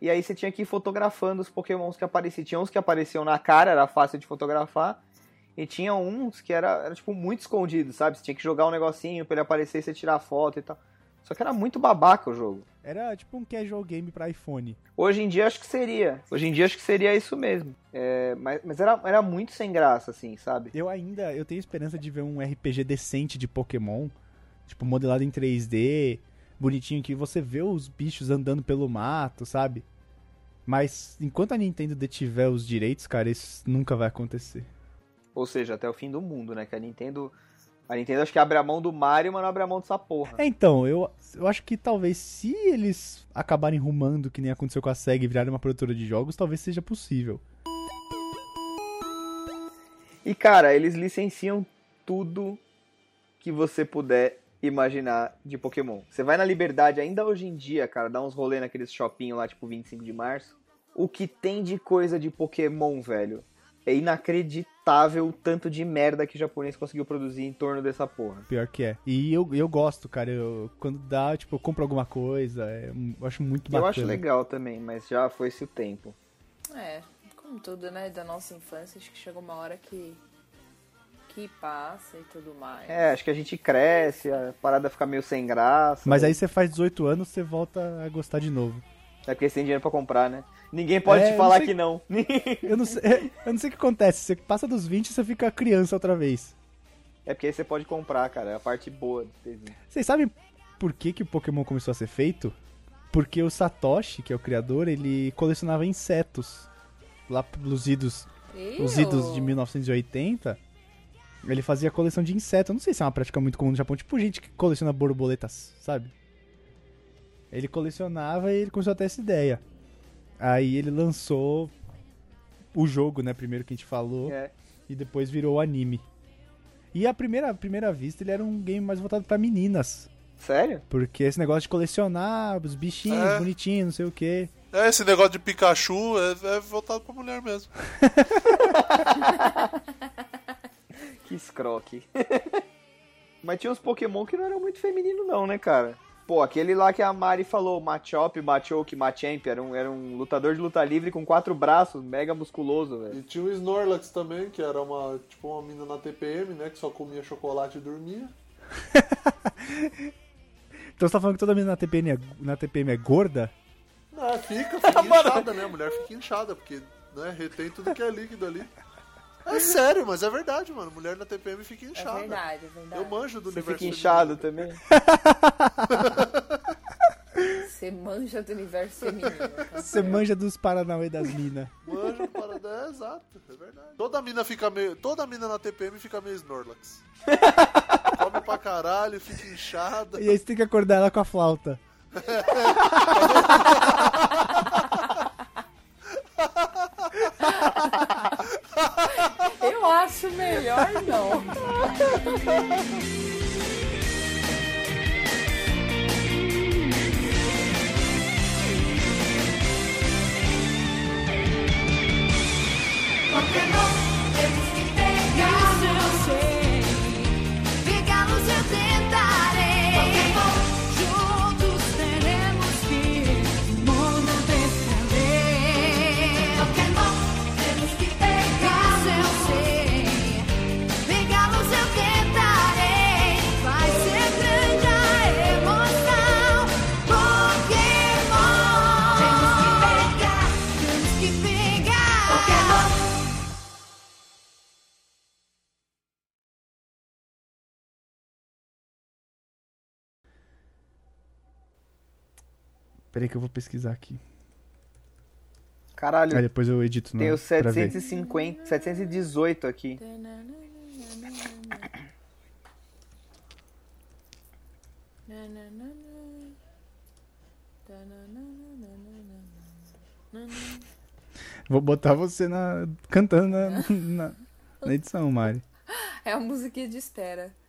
E aí você tinha que ir fotografando os pokémons que apareciam. Tinha uns que apareciam na cara, era fácil de fotografar. E tinha uns que era, era tipo muito escondido, sabe? Você tinha que jogar um negocinho pra ele aparecer e você tirar foto e tal. Só que era muito babaca o jogo. Era tipo um casual game pra iPhone. Hoje em dia acho que seria. Hoje em dia acho que seria isso mesmo. É, mas mas era, era muito sem graça, assim, sabe? Eu ainda eu tenho esperança de ver um RPG decente de Pokémon, tipo modelado em 3D, bonitinho que você vê os bichos andando pelo mato, sabe? Mas enquanto a Nintendo detiver os direitos, cara, isso nunca vai acontecer. Ou seja, até o fim do mundo, né? Que a Nintendo. A Nintendo acho que abre a mão do Mario, mas não abre a mão dessa porra. É, então, eu, eu acho que talvez se eles acabarem rumando que nem aconteceu com a SEGA e virarem uma produtora de jogos, talvez seja possível. E cara, eles licenciam tudo que você puder imaginar de Pokémon. Você vai na Liberdade ainda hoje em dia, cara, dá uns rolê naqueles shoppinho lá, tipo 25 de março. O que tem de coisa de Pokémon, velho? É inacreditável o tanto de merda que o japonês conseguiu produzir em torno dessa porra. Pior que é. E eu, eu gosto, cara. Eu, quando dá, tipo, eu compro alguma coisa. é, eu acho muito bacana. Eu acho legal também, mas já foi-se o tempo. É, como tudo, né? Da nossa infância, acho que chegou uma hora que. que passa e tudo mais. É, acho que a gente cresce, a parada fica meio sem graça. Mas aí você faz 18 anos, você volta a gostar de novo. É porque você tem dinheiro pra comprar, né? Ninguém pode É, te eu falar não sei- que não. Eu não sei, é, eu não sei o que acontece. Você passa dos 20 e você fica criança outra vez. É porque aí você pode comprar, cara. É a parte boa do desenho. Vocês sabem por que, que o Pokémon começou a ser feito? Porque o Satoshi, que é o criador, ele colecionava insetos. Lá pelos idos, E os o- idos de 1980, ele fazia coleção de insetos. Eu não sei se é uma prática muito comum no Japão, tipo gente que coleciona borboletas, sabe? Ele colecionava e ele começou a ter essa ideia. Aí ele lançou o jogo, né? Primeiro que a gente falou. É. e depois virou anime. E à primeira, à primeira vista ele era um game mais voltado pra meninas, Sério? porque esse negócio de colecionar os bichinhos É. bonitinhos, não sei o quê. É, esse negócio de Pikachu é, é voltado pra mulher mesmo. Que escroque. mas tinha uns Pokémon que não eram muito feminino, não, né, cara? Pô, aquele lá que a Mari falou, Machop, Machoke, Machamp, era um, era um lutador de luta livre com quatro braços, mega musculoso, velho. E tinha o Snorlax também, que era uma, tipo, uma mina na TPM, né? Que só comia chocolate e dormia. Então você tá falando que toda menina na TPM é, na TPM é gorda? Não, Ah, fica, fica inchada, né? A mulher fica inchada, porque né, retém tudo que é líquido ali. É sério, mas é verdade, mano. Mulher na TPM fica É inchada. verdade, é verdade. Eu manjo do Você universo. fica feminino. inchado também? Você manja do universo feminino. tá Você certo. manja dos Paranauê das minas. Manjo para é exato, é verdade. Toda mina fica meio. Toda mina na TPM fica meio Snorlax. Come pra caralho, fica inchada. E aí você tem que acordar ela com a flauta. Eu acho melhor não. Pokémon, temos que pegá-los. Eu sei. Pegá-los eu tentarei. Pokémon, juntos teremos que o mundo defender. Pokémon, temos que pegá-los. Eu sei. Pegá-los eu tentarei. Vai ser grande a emoção. Pokémon, temos que pegar. Temos que pegar. Pokémon. Peraí que eu vou pesquisar aqui. Caralho, Aí depois eu edito, né? tem os pra ver. 750, 718 aqui. Vou botar você na... cantando na, na, na edição, Mari. É a musiquinha de Estera.